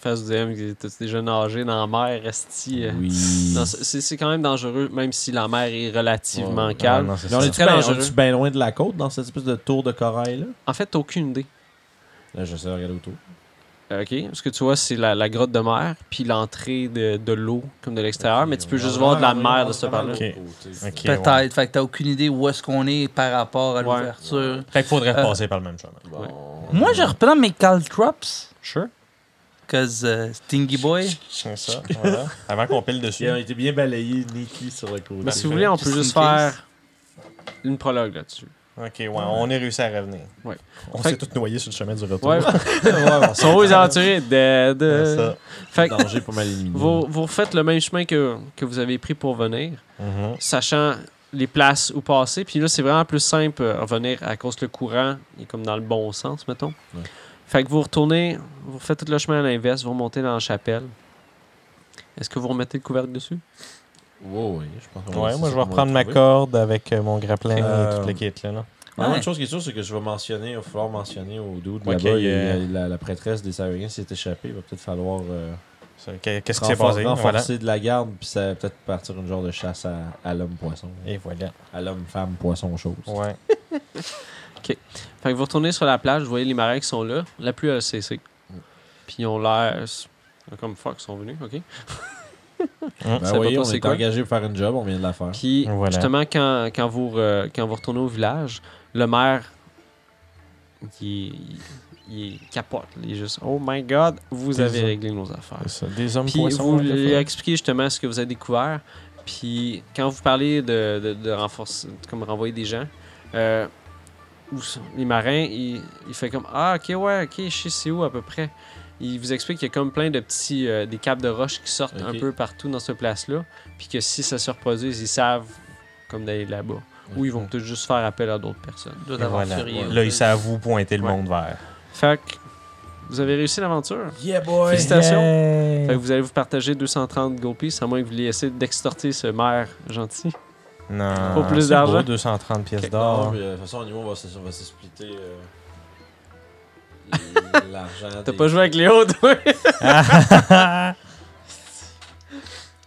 Face du DM, qui t'as déjà nagé dans la mer, resti. euh,
Oui.
dans ce- C'est c'est quand même dangereux, même si la mer est relativement
Ouais, ouais.
Ah,
calme.
non, c'est
Mais on
ça.
est
très
bien-
dangereux.
on est-tu bien loin de la côte dans cette espèce de tour de corail là
En fait, t'as aucune idée.
Là, j'essaie de regarder autour.
OK. Ce que tu vois, c'est la, la grotte de mer, puis l'entrée de, de l'eau, comme de l'extérieur, Ah, mais tu peux juste voir de la mer de ce par-là.
Ok. Ok, ouais.
Peut-être. Fait que t'as aucune idée où est-ce qu'on est par rapport à
Ouais.
l'ouverture.
Fait qu'il faudrait
Euh,
passer par le même chemin.
Moi, je reprends mes caltrops.
Sure.
Cause euh, Stingy Boy.
C'est ça. Voilà. Avant qu'on pile dessus.
Ils ont été euh, bien balayés, Nikki, sur le côté.
Mais si vous voulez, on peut
Just
juste
in case.
faire une prologue là-dessus.
Ok, ouais, on est réussi à revenir.
Ouais.
On
Fait
s'est
que-
tous noyés sur le chemin du retour.
Ouais. Sont où les aventuriers? Dead.
Euh,
C'est Ben, ça.
Fait que
danger pour mal éliminer.
vous, vous refaites le même chemin que, que vous avez pris pour venir.
Mhm.
sachant les places où passer. Puis là, c'est vraiment plus simple euh, revenir à cause que le courant est comme dans le bon sens, mettons.
Ouais.
Fait que vous retournez, vous faites tout le chemin à l'inverse, vous remontez dans la chapelle. Est-ce que vous remettez le couvercle dessus?
Wow, oui, je pense qu'on
Ouais,
c'est
moi
ça
je vais
qu'on
reprendre ma
trouver.
corde avec euh, mon grappin et
Euh,
toutes les kits là. là.
La
Ouais.
Une chose qui est sûre, c'est que je vais mentionner, il va falloir mentionner au dude
Ouais,
là-bas,
qu'il y a-
il- la, la prêtresse des Sauriens s'est échappée. Il va peut-être falloir euh,
Ça, qu'est- Qu'est-ce qui s'est
renfor-
passé? Voilà.
renforcer de la garde, puis ça va peut-être partir une genre de chasse à, à l'homme-poisson.
Et voilà.
À l'homme-femme-poisson-chose.
Ouais.
Fait que vous retournez sur la plage, vous voyez les marins qui sont là. La pluie a cessé. Puis ils ont l'air... Comme fuck, ils sont venus, OK?
Ben
Ça
oui,
va pas,
on
c'est
est
quoi?
engagé pour faire une job, on vient de la faire.
Puis
Voilà.
justement, quand, quand vous, re- quand vous retournez au village, le maire, il, il- il capote. Il est juste « Oh my God, vous
Des
avez
hommes.
réglé nos affaires.
C'est ça. Des hommes »
Puis
poissons.
vous
là,
lui
là.
expliquez justement ce que vous avez découvert. Puis quand vous parlez de, de, de renforcer, de comme renvoyer des gens, euh, où sont- les marins, il, il fait comme « Ah, OK, ouais, OK, je sais c'est où à peu près. » Il vous explique qu'il y a comme plein de petits, euh, des capes de roches qui sortent un
Ok.
peu partout dans ce place-là. Puis que si ça se reproduise, ils savent comme d'aller là-bas. Ou ils vont peut-être juste faire appel à d'autres personnes.
Doit
Et voilà.
aventurier.
Là, ils savent vous pointer le
Ouais.
monde vers.
Fait que vous avez réussi l'aventure.
Yeah, boy!
Félicitations.
Yay!
Fait que vous allez vous partager 230 go piece, à moins que vous laissiez d'extorter ce maire gentil.
Non.
Faut plus
c'est
d'argent.
beau, 230 pièces
Ok.
d'or.
euh, de toute façon, au niveau, on va se, on va se splitter euh, l'argent.
T'as
des-
pas joué avec Léo, toi?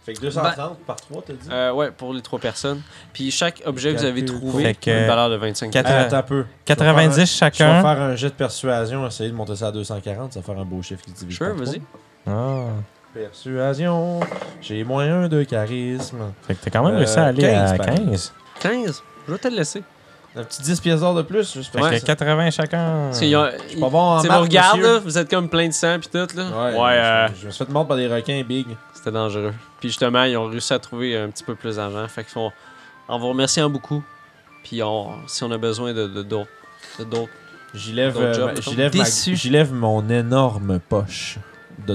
Fait que 230 par 3, t'as dit?
Euh, ouais, pour les trois personnes. Puis chaque objet que vous avez
Calcul.
trouvé
Fait que-
a une valeur de 25
Quatre-
Hey, attends un peu. Je
90
vais Je vais
chacun.
faire un jet de persuasion, essayer de monter ça à 240, ça va faire un beau chiffre qui se divise
Sure,
par trois.
vas-y.
Ah.
Persuasion. J'ai moins 1 de charisme.
Fait que t'as quand même
Euh,
réussi à aller
15,
à
pareil.
15. Ah.
15. Je vais te le laisser.
Un petit 10 pièces d'or de plus, je
Fait
pense.
Ouais.
que 80 chacun.
Parce qu'il y a-
Pas bon en
Tu sais,
maths,
vous regarde,
monsieur.
là, vous êtes comme plein de sang puis tout, là.
Ouais,
euh,
je, je me suis fait mordre par des requins big.
c'était dangereux. Puis justement, ils ont réussi à trouver un petit peu plus avant. Fait qu'ils font, en vous remerciant beaucoup, puis on, si on a besoin de de- d'autres, de d'autres.
J'y lève,
D'autres
euh,
jobs,
ma-
mettons.
j'y lève, ma-
Déçu.
j'y lève mon énorme poche de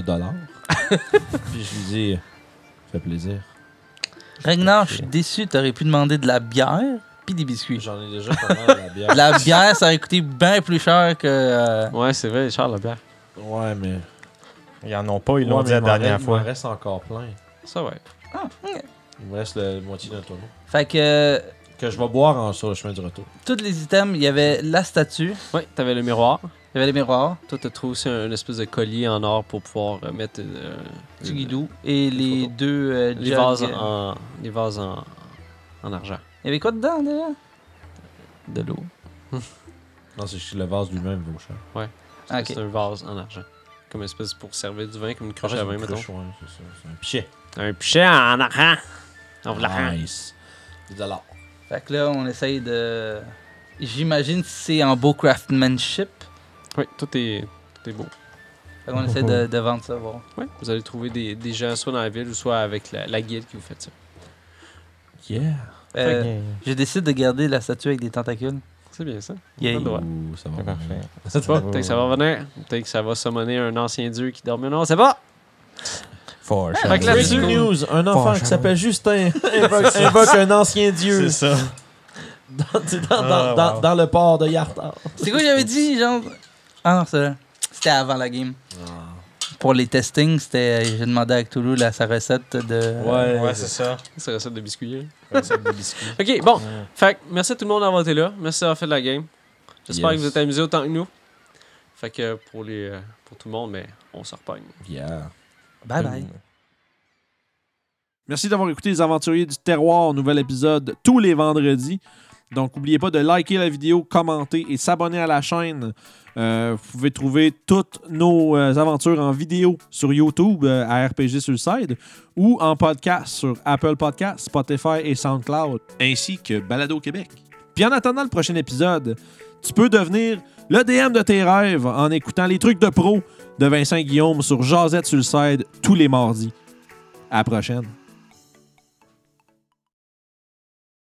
dollars. Puis je lui dis, ça fait plaisir.
Ragnar, je suis déçu, t'aurais pu demander de la bière puis des biscuits.
J'en ai déjà pas mal la bière.
La bière, ça aurait coûté bien plus cher que. euh,
Ouais, c'est vrai, Charles Lebert.
Ouais, mais.
Ils en ont pas, ils
Ouais,
l'ont
mais
dit la
il m'en
dernière
reste- Il
fois.
m'en reste encore plein.
Ça, ouais.
Il me reste la moitié d'un tonneau.
Fait que euh,
Que je vais boire en, sur le chemin du retour.
tous les items, il y avait la statue,
Ouais, t'avais le miroir.
il y avait les miroirs,
Toi, t'as trouvé aussi un, une espèce de collier en or pour pouvoir euh, mettre euh,
du
le-
guidou et les
photos.
deux euh,
les
jugs.
vases en, les vases en, en argent.
Il y avait quoi dedans déjà
De l'eau.
Non, c'est juste le vase lui-même vaut cher.
Ah, ok.
C'est un vase en argent. Comme une espèce pour servir du vin, comme une
Ah,
croche
c'est
à
une
vin, mettons.
cruche, ouais, c'est ça, c'est un pichet.
Un pichet en argent. En l'argent.
Nice. Des dollars.
Fait que là, on essaye de. J'imagine que c'est en beau craftsmanship.
Oui, tout est, tout est beau.
Fait qu'on essaie de, de vendre ça, voir.
Ouais, vous allez trouver des, des gens soit dans la ville ou soit avec la, la guilde qui vous fait ça.
Yeah.
Euh, je décide de garder la statue avec des tentacules.
C'est bien ça.
Yeah.
Pas le droit.
Ouh, ça va.
C'est parfait.
C'est pas. Peut-être que ça va revenir. Peut-être que ça va summoner un ancien dieu qui dormait. Non, c'est pas.
Fort.
Fait que là-dessus-
Breaking news, un enfant
Fâchant.
qui s'appelle Justin invoque, invoque un ancien dieu
C'est ça.
dans, dans-
Ah,
dans-
wow.
dans le port de Yartar.
C'est quoi que j'avais dit, genre Ah non, c'est C'était avant la game. Pour les testings, c'était j'ai demandé à Cthulhu là, sa recette de
Ouais, c'est ça.
C'est recette de biscuits. hein.
Recette de biscuits.
Ok, bon.
Ouais.
Fait que merci à tout le monde d'avoir été là. Merci d'avoir fait de la game. J'espère
Yes.
que vous êtes amusés autant que nous. Fait que pour, les, euh, pour tout le monde, mais on se repogne.
Yeah.
bye bye.
Merci d'avoir écouté Les Aventuriers du Terroir, nouvel épisode tous les vendredis. Donc, n'oubliez pas de liker la vidéo, commenter et s'abonner à la chaîne. Euh, vous pouvez trouver toutes nos euh, aventures en vidéo sur YouTube euh, à RPG Suicide ou en podcast sur Apple Podcasts, Spotify et SoundCloud, ainsi que Balado Québec. Puis en attendant le prochain épisode, tu peux devenir le DM de tes rêves en écoutant les trucs de pro de Vincent Guillaume sur Jazette Suicide tous les mardis. À la prochaine.